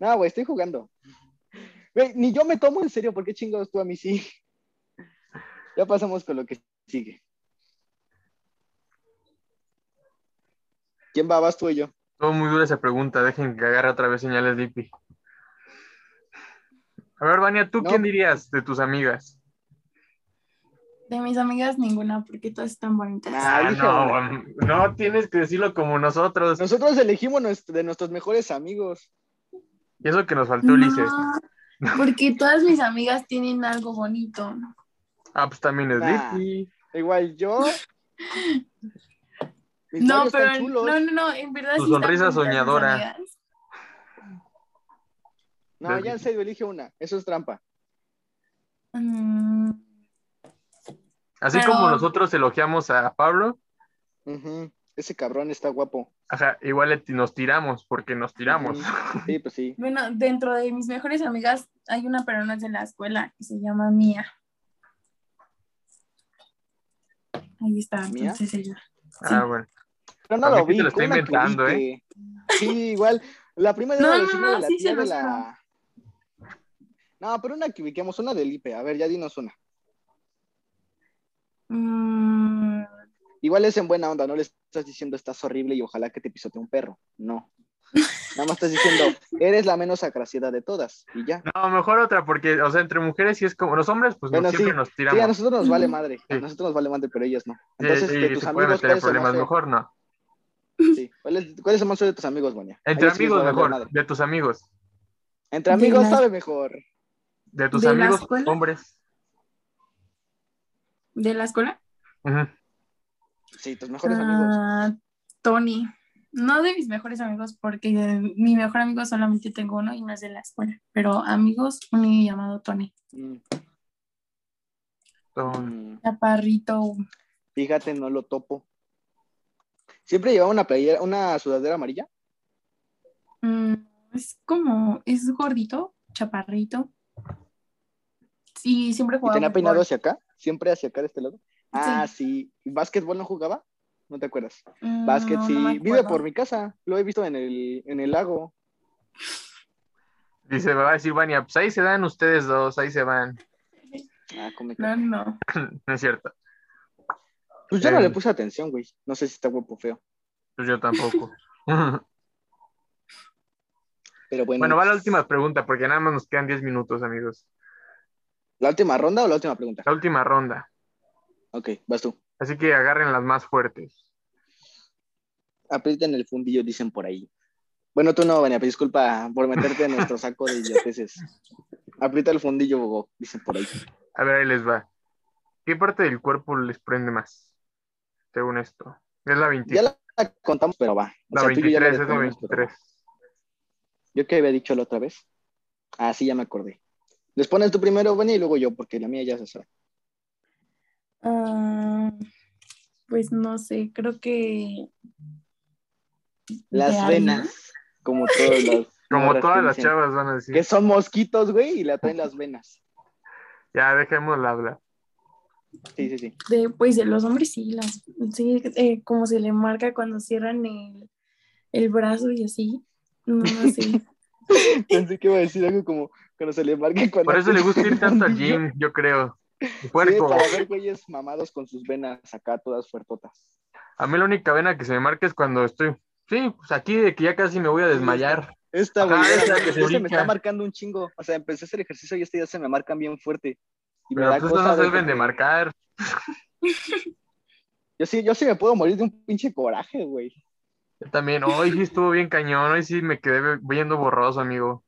S2: no, güey, estoy jugando. Güey, ni yo me tomo en serio, ¿por qué chingados tú a mí sí? Ya pasamos con lo que sigue. ¿Quién va? ¿Vas tú y yo?
S1: Estuvo muy dura esa pregunta, dejen que agarre otra vez señales Sleepy. A ver, Vania, ¿tú
S2: No.
S1: quién dirías de tus amigas?
S3: De mis amigas, ninguna, porque todas están bonitas.
S2: Ah, dije
S1: no,
S2: una.
S1: um, no tienes que decirlo como nosotros.
S2: Nosotros elegimos nues- de nuestros mejores amigos.
S1: Y eso que nos faltó,
S3: No,
S1: Ulises.
S3: porque todas mis amigas tienen algo bonito.
S1: Ah, pues también es
S2: Ah.
S1: Sleepy.
S2: Igual yo. Mis
S3: no,
S2: novios
S3: pero
S2: están chulos.
S3: no, no, no, en verdad
S1: Tu
S3: sí están
S1: sonrisa
S3: bonitas mis
S1: soñadora.
S3: amigas.
S2: No, ya en serio, elige una. Eso es trampa.
S3: Mm,
S1: Así
S3: Pero-
S1: como nosotros elogiamos a Pablo,
S2: Ujú. Ese cabrón está guapo.
S1: ajá, igual le- nos tiramos, porque nos tiramos.
S2: Ujú. Sí, pues sí.
S3: Bueno, dentro de mis mejores amigas hay una, pero no es de la escuela, que se llama Mía. Ahí está,
S2: ¿Mía?
S3: entonces ella.
S1: Ah, bueno.
S2: Pero no
S1: Para mí
S2: lo
S1: que
S2: vi.
S1: te lo está
S2: fue una que
S1: inventando, ¿eh?
S2: vi que- Sí, igual. La prima de
S3: No,
S2: una
S3: no,
S2: vecina
S3: no,
S2: de la
S3: sí se
S2: tía de
S3: los
S2: la. No, pero una que ubiquemos, una del IPE. A ver, ya dinos una.
S3: Mm,
S2: Igual es en buena onda, no le estás diciendo estás horrible y ojalá que te pisotee un perro. No. Nada más estás diciendo, eres la menos agraciada de todas. Y ya.
S1: No, mejor otra, porque, o sea, entre mujeres sí es como. Los hombres, pues
S2: Bueno,
S1: siempre
S2: sí.
S1: nos
S2: Sí, a
S1: tiramos.
S2: nosotros nos vale madre. A
S1: Sí.
S2: nosotros nos vale madre, pero ellas no.
S1: Sí,
S2: Entonces,
S1: sí,
S2: de tus
S1: se puede
S2: amigos,
S1: meter en
S2: ¿cuáles son
S1: problemas.
S2: más feos?
S1: Mejor no.
S2: Sí. ¿Cuáles, cuáles son más feos de tus amigos, Boña?
S1: Entre
S2: Ahí sí les
S1: amigos,
S2: va a valer
S1: mejor.
S2: madre.
S1: De tus amigos.
S2: Entre
S3: De
S2: amigos
S3: las-
S2: sabe mejor.
S1: De tus
S3: ¿De la
S1: amigos
S3: escuela?
S1: hombres.
S3: ¿De la escuela?
S1: Ujú.
S2: Sí, tus mejores amigos.
S3: Ah, Tony. No de mis mejores amigos, porque de mi mejor amigo solamente tengo uno y no es de la escuela. Pero amigos, un niño llamado Tony.
S2: Mm,
S1: Tom-
S2: mm.
S3: Chaparrito.
S2: Fíjate, no lo topo. Siempre llevaba una playera, una sudadera amarilla.
S3: mm, es como, es gordito, chaparrito. Sí, siempre
S2: Y
S3: jugaba.
S2: tenía
S3: fútbol.
S2: peinado hacia acá, siempre hacia acá de este lado. Ah, sí. ¿Y básquetbol no jugaba? ¿No te acuerdas?
S3: Mm,
S2: Básquet
S3: no, no
S2: sí.
S3: me
S2: Vive
S3: acuerdo.
S2: por mi casa. Lo he visto en el, en el lago.
S1: Dice, va a decir Vania, pues ahí se dan ustedes dos, ahí se van.
S2: Ah, come
S3: No, no.
S1: No es cierto,
S2: Pues yo no le
S1: Em.
S2: puse atención, güey. No sé si está guapo o feo.
S1: pues yo tampoco. bueno,
S2: Pero bueno.
S1: va la última pregunta, porque nada más nos quedan 10 minutos, amigos.
S2: ¿La última ronda o la última pregunta?
S1: La última ronda,
S2: Ok, vas tú.
S1: así que agarren las más fuertes.
S2: Aprieten el fundillo, dicen por ahí. Bueno, tú no, Vania, pero disculpa por meterte en nuestro saco de idioteces. Aprieta el fundillo, Bogo, dicen por ahí.
S1: A ver, ahí les va. ¿Qué parte del cuerpo les prende más? Según esto. Es la 23.
S2: Ya la la contamos, pero va. O
S1: La
S2: sea, tú y yo ya la
S1: 23, es la
S2: definimos, pero va.
S1: 23.
S2: Yo que había dicho la otra vez. Ah, sí, ya me acordé. Les pones tú primero, Vania, y luego yo, porque la mía ya se sabe.
S3: Ah, pues no sé, creo que.
S2: Las
S3: de
S2: venas, como todas las.
S1: Como
S2: morras
S1: todas
S2: que
S1: las
S2: dicen
S1: chavas van a decir.
S2: Que son mosquitos, güey, y la traen las venas.
S1: Ya, dejemos la habla.
S2: Sí, sí, sí.
S3: De, pues de los hombres sí, las, sí eh, como se le marca cuando cierran el, el brazo y así. No, no sé.
S2: Pensé que iba a decir algo como cuando se le marca cuando.
S1: Por eso le gusta ir tanto al
S2: fundillo.
S1: gym, yo creo. El
S2: Sí,
S1: Puerco.
S2: para ver güeyes mamados con sus venas acá todas fuertotas.
S1: A mí la única vena que se me marca es cuando estoy. Sí, pues aquí de que ya casi me voy a desmayar.
S2: Esta,
S1: Ajá,
S2: güey,
S1: esa
S2: esta,
S1: que se
S2: esta me
S1: brinca.
S2: está marcando un chingo. O sea, empecé a hacer ejercicio y este ya se me marcan bien fuerte. Y me
S1: Pero
S2: da
S1: pues estos
S2: cosa,
S1: no se
S2: güey,
S1: deben de
S2: porque
S1: marcar.
S2: Yo sí, yo sí me puedo morir de un pinche coraje, güey.
S1: Yo también, hoy sí estuvo bien cañón, hoy sí me quedé viendo borroso, amigo.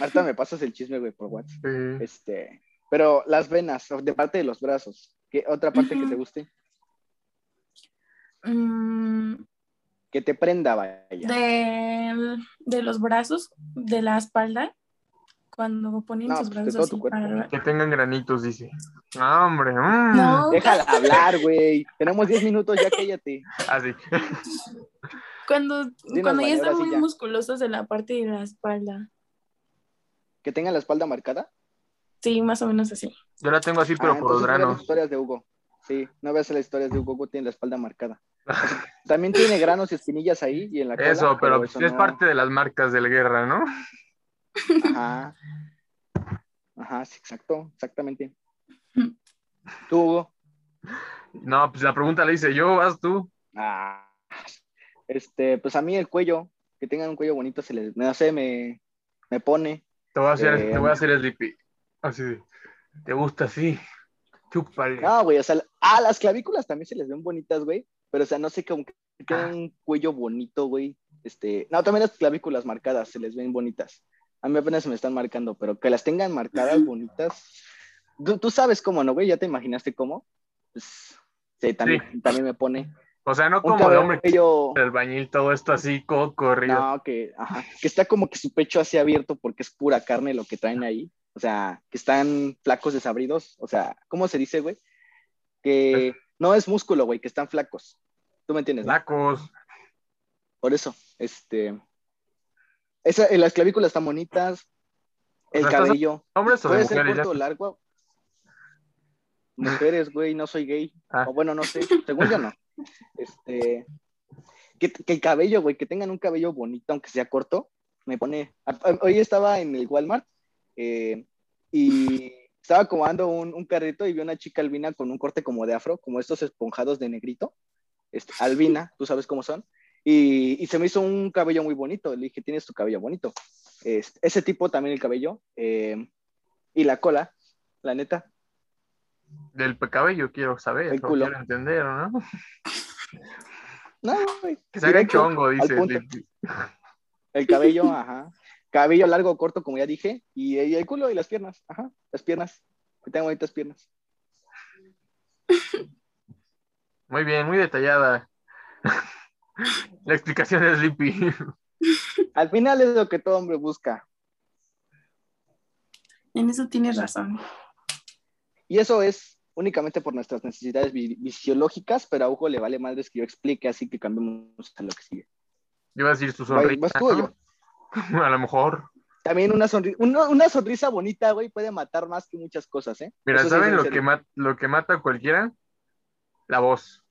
S2: Ahorita me pasas el chisme, güey, por WhatsApp.
S1: Sí.
S2: Este, pero las venas, de parte de los brazos. ¿Qué otra parte que
S3: Ujú.
S2: te guste?
S3: Mm,
S2: Que te prenda, vaya.
S3: del- de los brazos, de la espalda, cuando ponen
S2: No,
S3: sus
S2: pues, de
S3: brazos
S2: todo tu
S3: así
S2: cuerpo.
S3: para-
S1: Que tengan granitos, dice. No, hombre. mm.
S3: No,
S2: Déjala hablar, güey. Tenemos 10 minutos, ya cállate.
S1: Así.
S3: cuando,
S2: Dinos,
S3: cuando
S2: Vane,
S3: ya
S2: ahora
S3: están
S2: sí
S3: muy
S2: ya.
S3: musculosos de la parte de la espalda.
S2: Que tenga la espalda marcada.
S3: Sí, más o menos así.
S1: Yo la tengo así, pero
S2: ah,
S1: por los
S2: entonces no veas las
S1: granos.
S2: historias de Hugo. Sí, no veas las historias de Hugo. Hugo tiene la espalda marcada. También tiene granos y espinillas ahí y en la cola.
S1: Eso, pero pues
S2: eso
S1: es
S2: no.
S1: parte de las marcas de la guerra, ¿no?
S2: Ajá. Ajá, sí, exacto, exactamente.
S3: Mm.
S2: Tú, Hugo.
S1: No, pues la pregunta la hice yo, vas tú.
S2: Ah, este, pues a mí el cuello, que tengan un cuello bonito, se les, no sé, me, me pone.
S1: Te voy a hacer,
S2: Eh,
S1: te voy a hacer sleepy. Así. de, ¿Te gusta así? Chúpale.
S2: No, güey, o sea, ah, las clavículas también se les ven bonitas, güey, pero o sea, no sé, como que
S1: Ah.
S2: tengan un cuello bonito, güey. Este, no, también las clavículas marcadas se les ven bonitas. A mí apenas se me están marcando, pero que las tengan marcadas, bonitas. Tú, tú sabes cómo, ¿no, güey? ¿Ya te imaginaste cómo? Pues, sí, también, también me pone.
S1: O sea, no
S2: Un
S1: como el hombre que
S2: cabello...
S1: el bañil, todo esto así, codo corrido.
S2: No, que, ajá, que está como que su pecho así abierto porque es pura carne lo que traen ahí. O sea, que están flacos desabridos. O sea, ¿cómo se dice, güey? Que no es músculo, güey, que están flacos. ¿Tú me entiendes? no?
S1: Lacos.
S2: Por eso, este. Esa, eh, las clavículas están bonitas. El
S1: sea, ¿estás
S2: cabello.
S1: ¿Hombres o de
S2: Puede ser
S1: mujeres? Ya-
S2: corto o largo. Mujeres, güey, no soy gay.
S1: Ah.
S2: O bueno, no sé, según yo no. Este, que, que el cabello, güey, que tengan un cabello bonito, aunque sea corto, me pone... a- a- Hoy estaba en el Walmart eh, y estaba acomodando un, un carrito y vi una chica albina con un corte como de afro, como estos esponjados de negrito. Este, albina, tú sabes cómo son. Y, y se me hizo un cabello muy bonito. Le dije, tienes tu cabello bonito. Este, ese tipo también el cabello. eh, y la cola, la neta.
S1: Del cabello, quiero saber.
S2: El
S1: o
S2: culo.
S1: Quiero entender, ¿no?
S2: No, güey.
S1: Que se haga
S2: Directo.
S1: chongo, dice.
S2: punto.
S1: Sleepy.
S2: El cabello, ajá. Cabello largo o corto, como ya dije, y, y el culo y las piernas. Ajá, las piernas. Que tengo bonitas piernas.
S1: Muy bien, muy detallada. La explicación de Sleepy.
S2: Al final es lo que todo hombre busca.
S3: En eso tienes razón.
S2: Y eso es únicamente por nuestras necesidades vi- fisiológicas, pero a Hugo le vale madres que yo explique, así que cambiemos a lo que sigue.
S1: Yo iba a decir su
S2: Güey,
S1: sonrisa.
S2: ¿vas tú o
S1: ¿no?
S2: yo?
S1: A lo mejor.
S2: También una, sonri- una, una sonrisa bonita, güey, puede matar más que muchas cosas, ¿eh?
S1: Mira,
S2: Eso sí es
S1: ¿saben
S2: en
S1: lo
S2: serio.
S1: que, ma- lo que mata a cualquiera? La voz.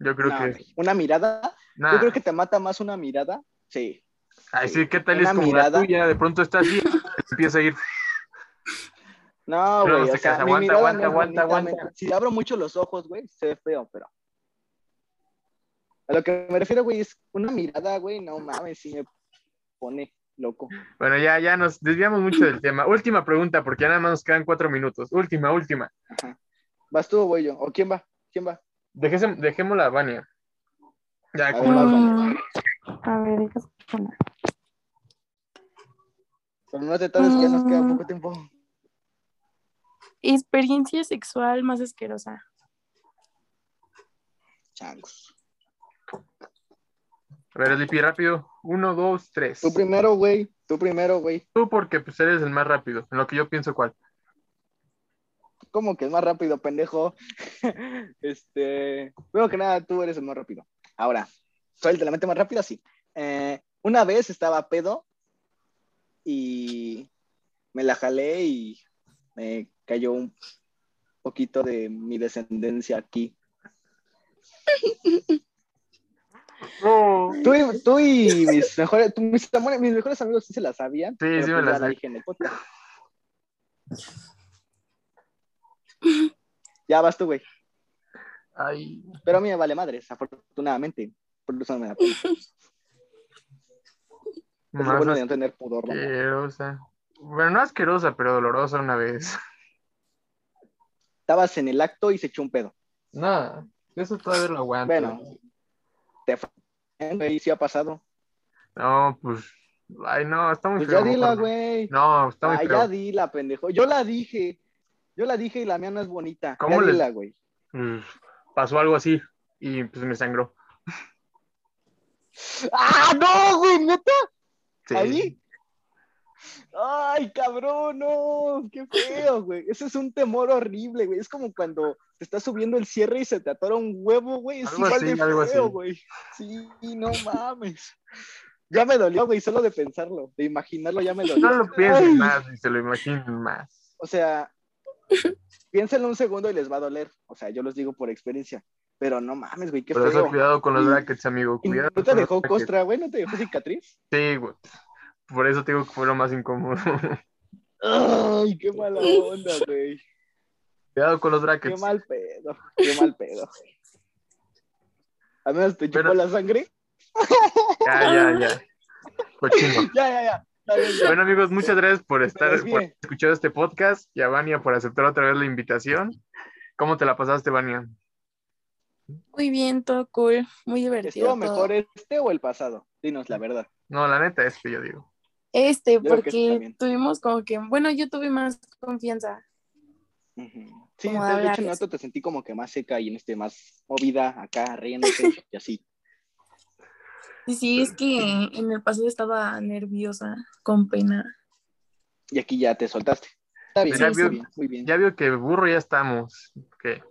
S1: Yo creo
S2: No,
S1: que. Ah.
S2: güey, Una mirada.
S1: Nah.
S2: Yo creo que te mata más una mirada. Sí.
S1: Ay, sí, ¿qué tal
S2: Una
S1: es como
S2: mirada.
S1: la tuya? De pronto está así, empieza a ir.
S2: No,
S1: Pero no
S2: güey.
S1: se
S2: o sea,
S1: casa.
S2: mi
S1: Aguanta,
S2: mirada
S1: aguanta,
S2: no
S1: aguanta,
S2: es bonita,
S1: aguanta.
S2: men. Si abro mucho los ojos, güey, se ve feo, pero. A lo que me refiero, güey, es una mirada, güey, no mames, si me pone loco.
S1: Bueno, ya, ya nos desviamos mucho del tema. Última pregunta, porque ya nada más nos quedan cuatro minutos. Última, última.
S2: ¿Vas tú o voy yo? ¿O quién va? ¿Quién va?
S1: Dejésem- dejémosla a Vania. Ya,
S2: A
S1: como-
S2: ver, vas, Vania.
S3: Mm, a ver, dejas
S2: Pero no te tardes, que ya nos queda poco tiempo.
S3: Experiencia sexual más asquerosa.
S2: Changos.
S1: a ver, Lipi, rápido. Uno, dos, tres.
S2: Tú primero, güey. Tú primero, güey.
S1: Tú, porque pues, eres el más rápido. En lo que yo pienso, ¿cuál?
S2: ¿Cómo que es más rápido, pendejo? este. Primero que nada, tú eres el más rápido. Ahora, ¿soy el mente más rápido? Sí. Eh, una vez estaba pedo y me la jalé y me cayó un poquito de mi descendencia aquí.
S1: No.
S2: Tú y, tú y mis mejores, tú- mis, amores- mis mejores amigos sí se la sabían.
S1: Sí, sí me
S2: pues
S1: la
S2: ya
S1: sé.
S2: dije en el podcast. Ya vas tú, güey.
S1: Ay.
S2: Pero a mí me vale madres, afortunadamente. Por eso no me da pena. Es lo
S1: más
S2: bueno de no tener pudor, mamá.
S1: asquerosa. Bueno, no asquerosa, pero dolorosa una vez.
S2: Estabas en el acto y se echó un pedo.
S1: Nada, eso todavía lo aguanto.
S2: Bueno. Te fue. ¿eh, güey? sí ha pasado.
S1: No, pues. Ay, no, está muy
S2: Pues
S1: feo,
S2: ya dila,
S1: mejor no.
S2: güey.
S1: No, está muy
S2: Ay,
S1: feo.
S2: ya dila, pendejo. Yo la dije. Yo la dije y la mía no es bonita.
S1: ¿Cómo
S2: ya
S1: le-
S2: dila, güey.
S1: Pues, pasó algo así y pues me sangró.
S2: ¡Ah, no, güey! ¡Neta!
S1: Sí.
S2: ¿Ahí? Ay, cabrón, no, qué feo, güey. Ese es un temor horrible, güey. Es como cuando te estás subiendo el cierre y se te atora un huevo, güey. Es
S1: Algo
S2: igual
S1: así,
S2: de
S1: algo
S2: feo,
S1: así.
S2: güey. Sí, no mames. Ya me dolió, güey, solo de pensarlo, de imaginarlo ya me dolió.
S1: No lo piensen
S2: Ay.
S1: más, ni se lo imaginen más.
S2: O sea, piénsenlo un segundo y les va a doler. O sea, yo los digo por experiencia. Pero no mames, güey, qué
S1: Por eso
S2: feo.
S1: cuidado con los
S2: Y-
S1: brackets, amigo.
S2: ¿Y
S1: Cuidado.
S2: ¿No te
S1: con los
S2: dejó
S1: brackets.
S2: costra, güey? ¿No te dejó cicatriz?
S1: Sí, güey. Por eso te digo que fue lo más incómodo.
S2: Ay, qué mala onda, güey.
S1: cuidado con los
S2: Qué
S1: brackets.
S2: mal pedo, qué mal pedo. Al menos te chupó
S1: Pero-
S2: la sangre.
S1: Ya, ya, ya. Cochino.
S2: Ya, ya, ya. Está bien, ya.
S1: Bueno, amigos, muchas gracias por estar,
S2: desvié.
S1: por escuchar este podcast y a Vania por aceptar otra vez la invitación. ¿Cómo te la pasaste, Vania?
S3: Muy bien, todo cool, muy divertido.
S2: ¿Estuvo
S3: todo.
S2: mejor este o el pasado? Dinos la verdad.
S1: No, la neta, este yo digo.
S3: Este,
S2: creo que este
S3: porque
S2: también.
S3: tuvimos como que, bueno, yo tuve más confianza.
S2: Ujú. Sí,
S3: Como
S2: de, de
S3: hablar.
S2: hecho en el otro te sentí como que más seca y en este más movida, acá riéndote y así.
S3: Y sí, es que en el pasado estaba nerviosa, con pena.
S2: Y aquí ya te soltaste. Está bien,
S1: Sí,
S2: muy
S1: sí.
S2: bien, muy bien.
S1: Ya veo que burro ya estamos. que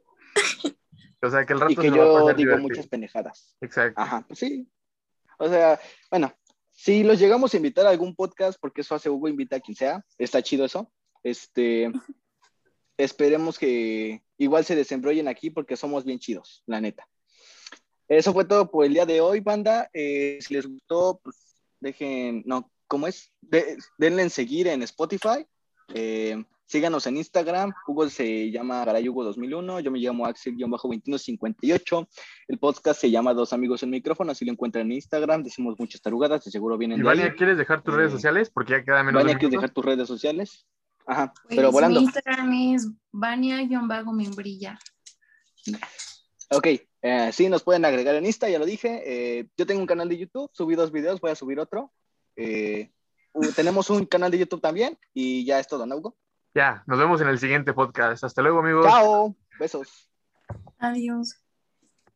S1: O sea, que el rato
S2: Y que
S1: se va a
S2: yo
S1: pasar
S2: digo
S1: divertido.
S2: muchas pendejadas.
S1: Exacto.
S2: Ajá, pues sí. O sea, bueno, si los llegamos a invitar a algún podcast, porque eso hace Hugo, invita a quien sea, está chido eso. Este, esperemos que igual se desembrollen aquí porque somos bien chidos, la neta. Eso fue todo por el día de hoy, banda. Eh, si les gustó, pues dejen, no, ¿cómo es? De- denle en seguir en Spotify. Eh, síganos en Instagram. Hugo se llama Garay Hugo 2001. Yo me llamo Axel-2158. El podcast se llama Dos Amigos en Micrófono, así lo encuentran en Instagram, decimos muchas tarugadas, de seguro vienen
S1: Y
S2: de ahí.
S1: Vania, ¿quieres dejar tus
S2: Eh,
S1: redes sociales? Porque ya queda menos de
S2: Vania,
S1: un
S2: ¿quieres
S1: minuto.
S2: dejar tus redes sociales? Ajá,
S3: Pues,
S2: pero volando.
S3: Mi Instagram es Vania-Membrilla.
S2: Ok, eh, sí, nos pueden agregar en Insta, ya lo dije. Eh, yo tengo un canal de YouTube, subí dos videos, voy a subir otro. Eh, Uh, tenemos un canal de YouTube también y ya es todo, ¿no, Hugo?
S1: Ya, nos vemos en el siguiente podcast. Hasta luego, amigos.
S2: Chao, besos.
S3: Adiós.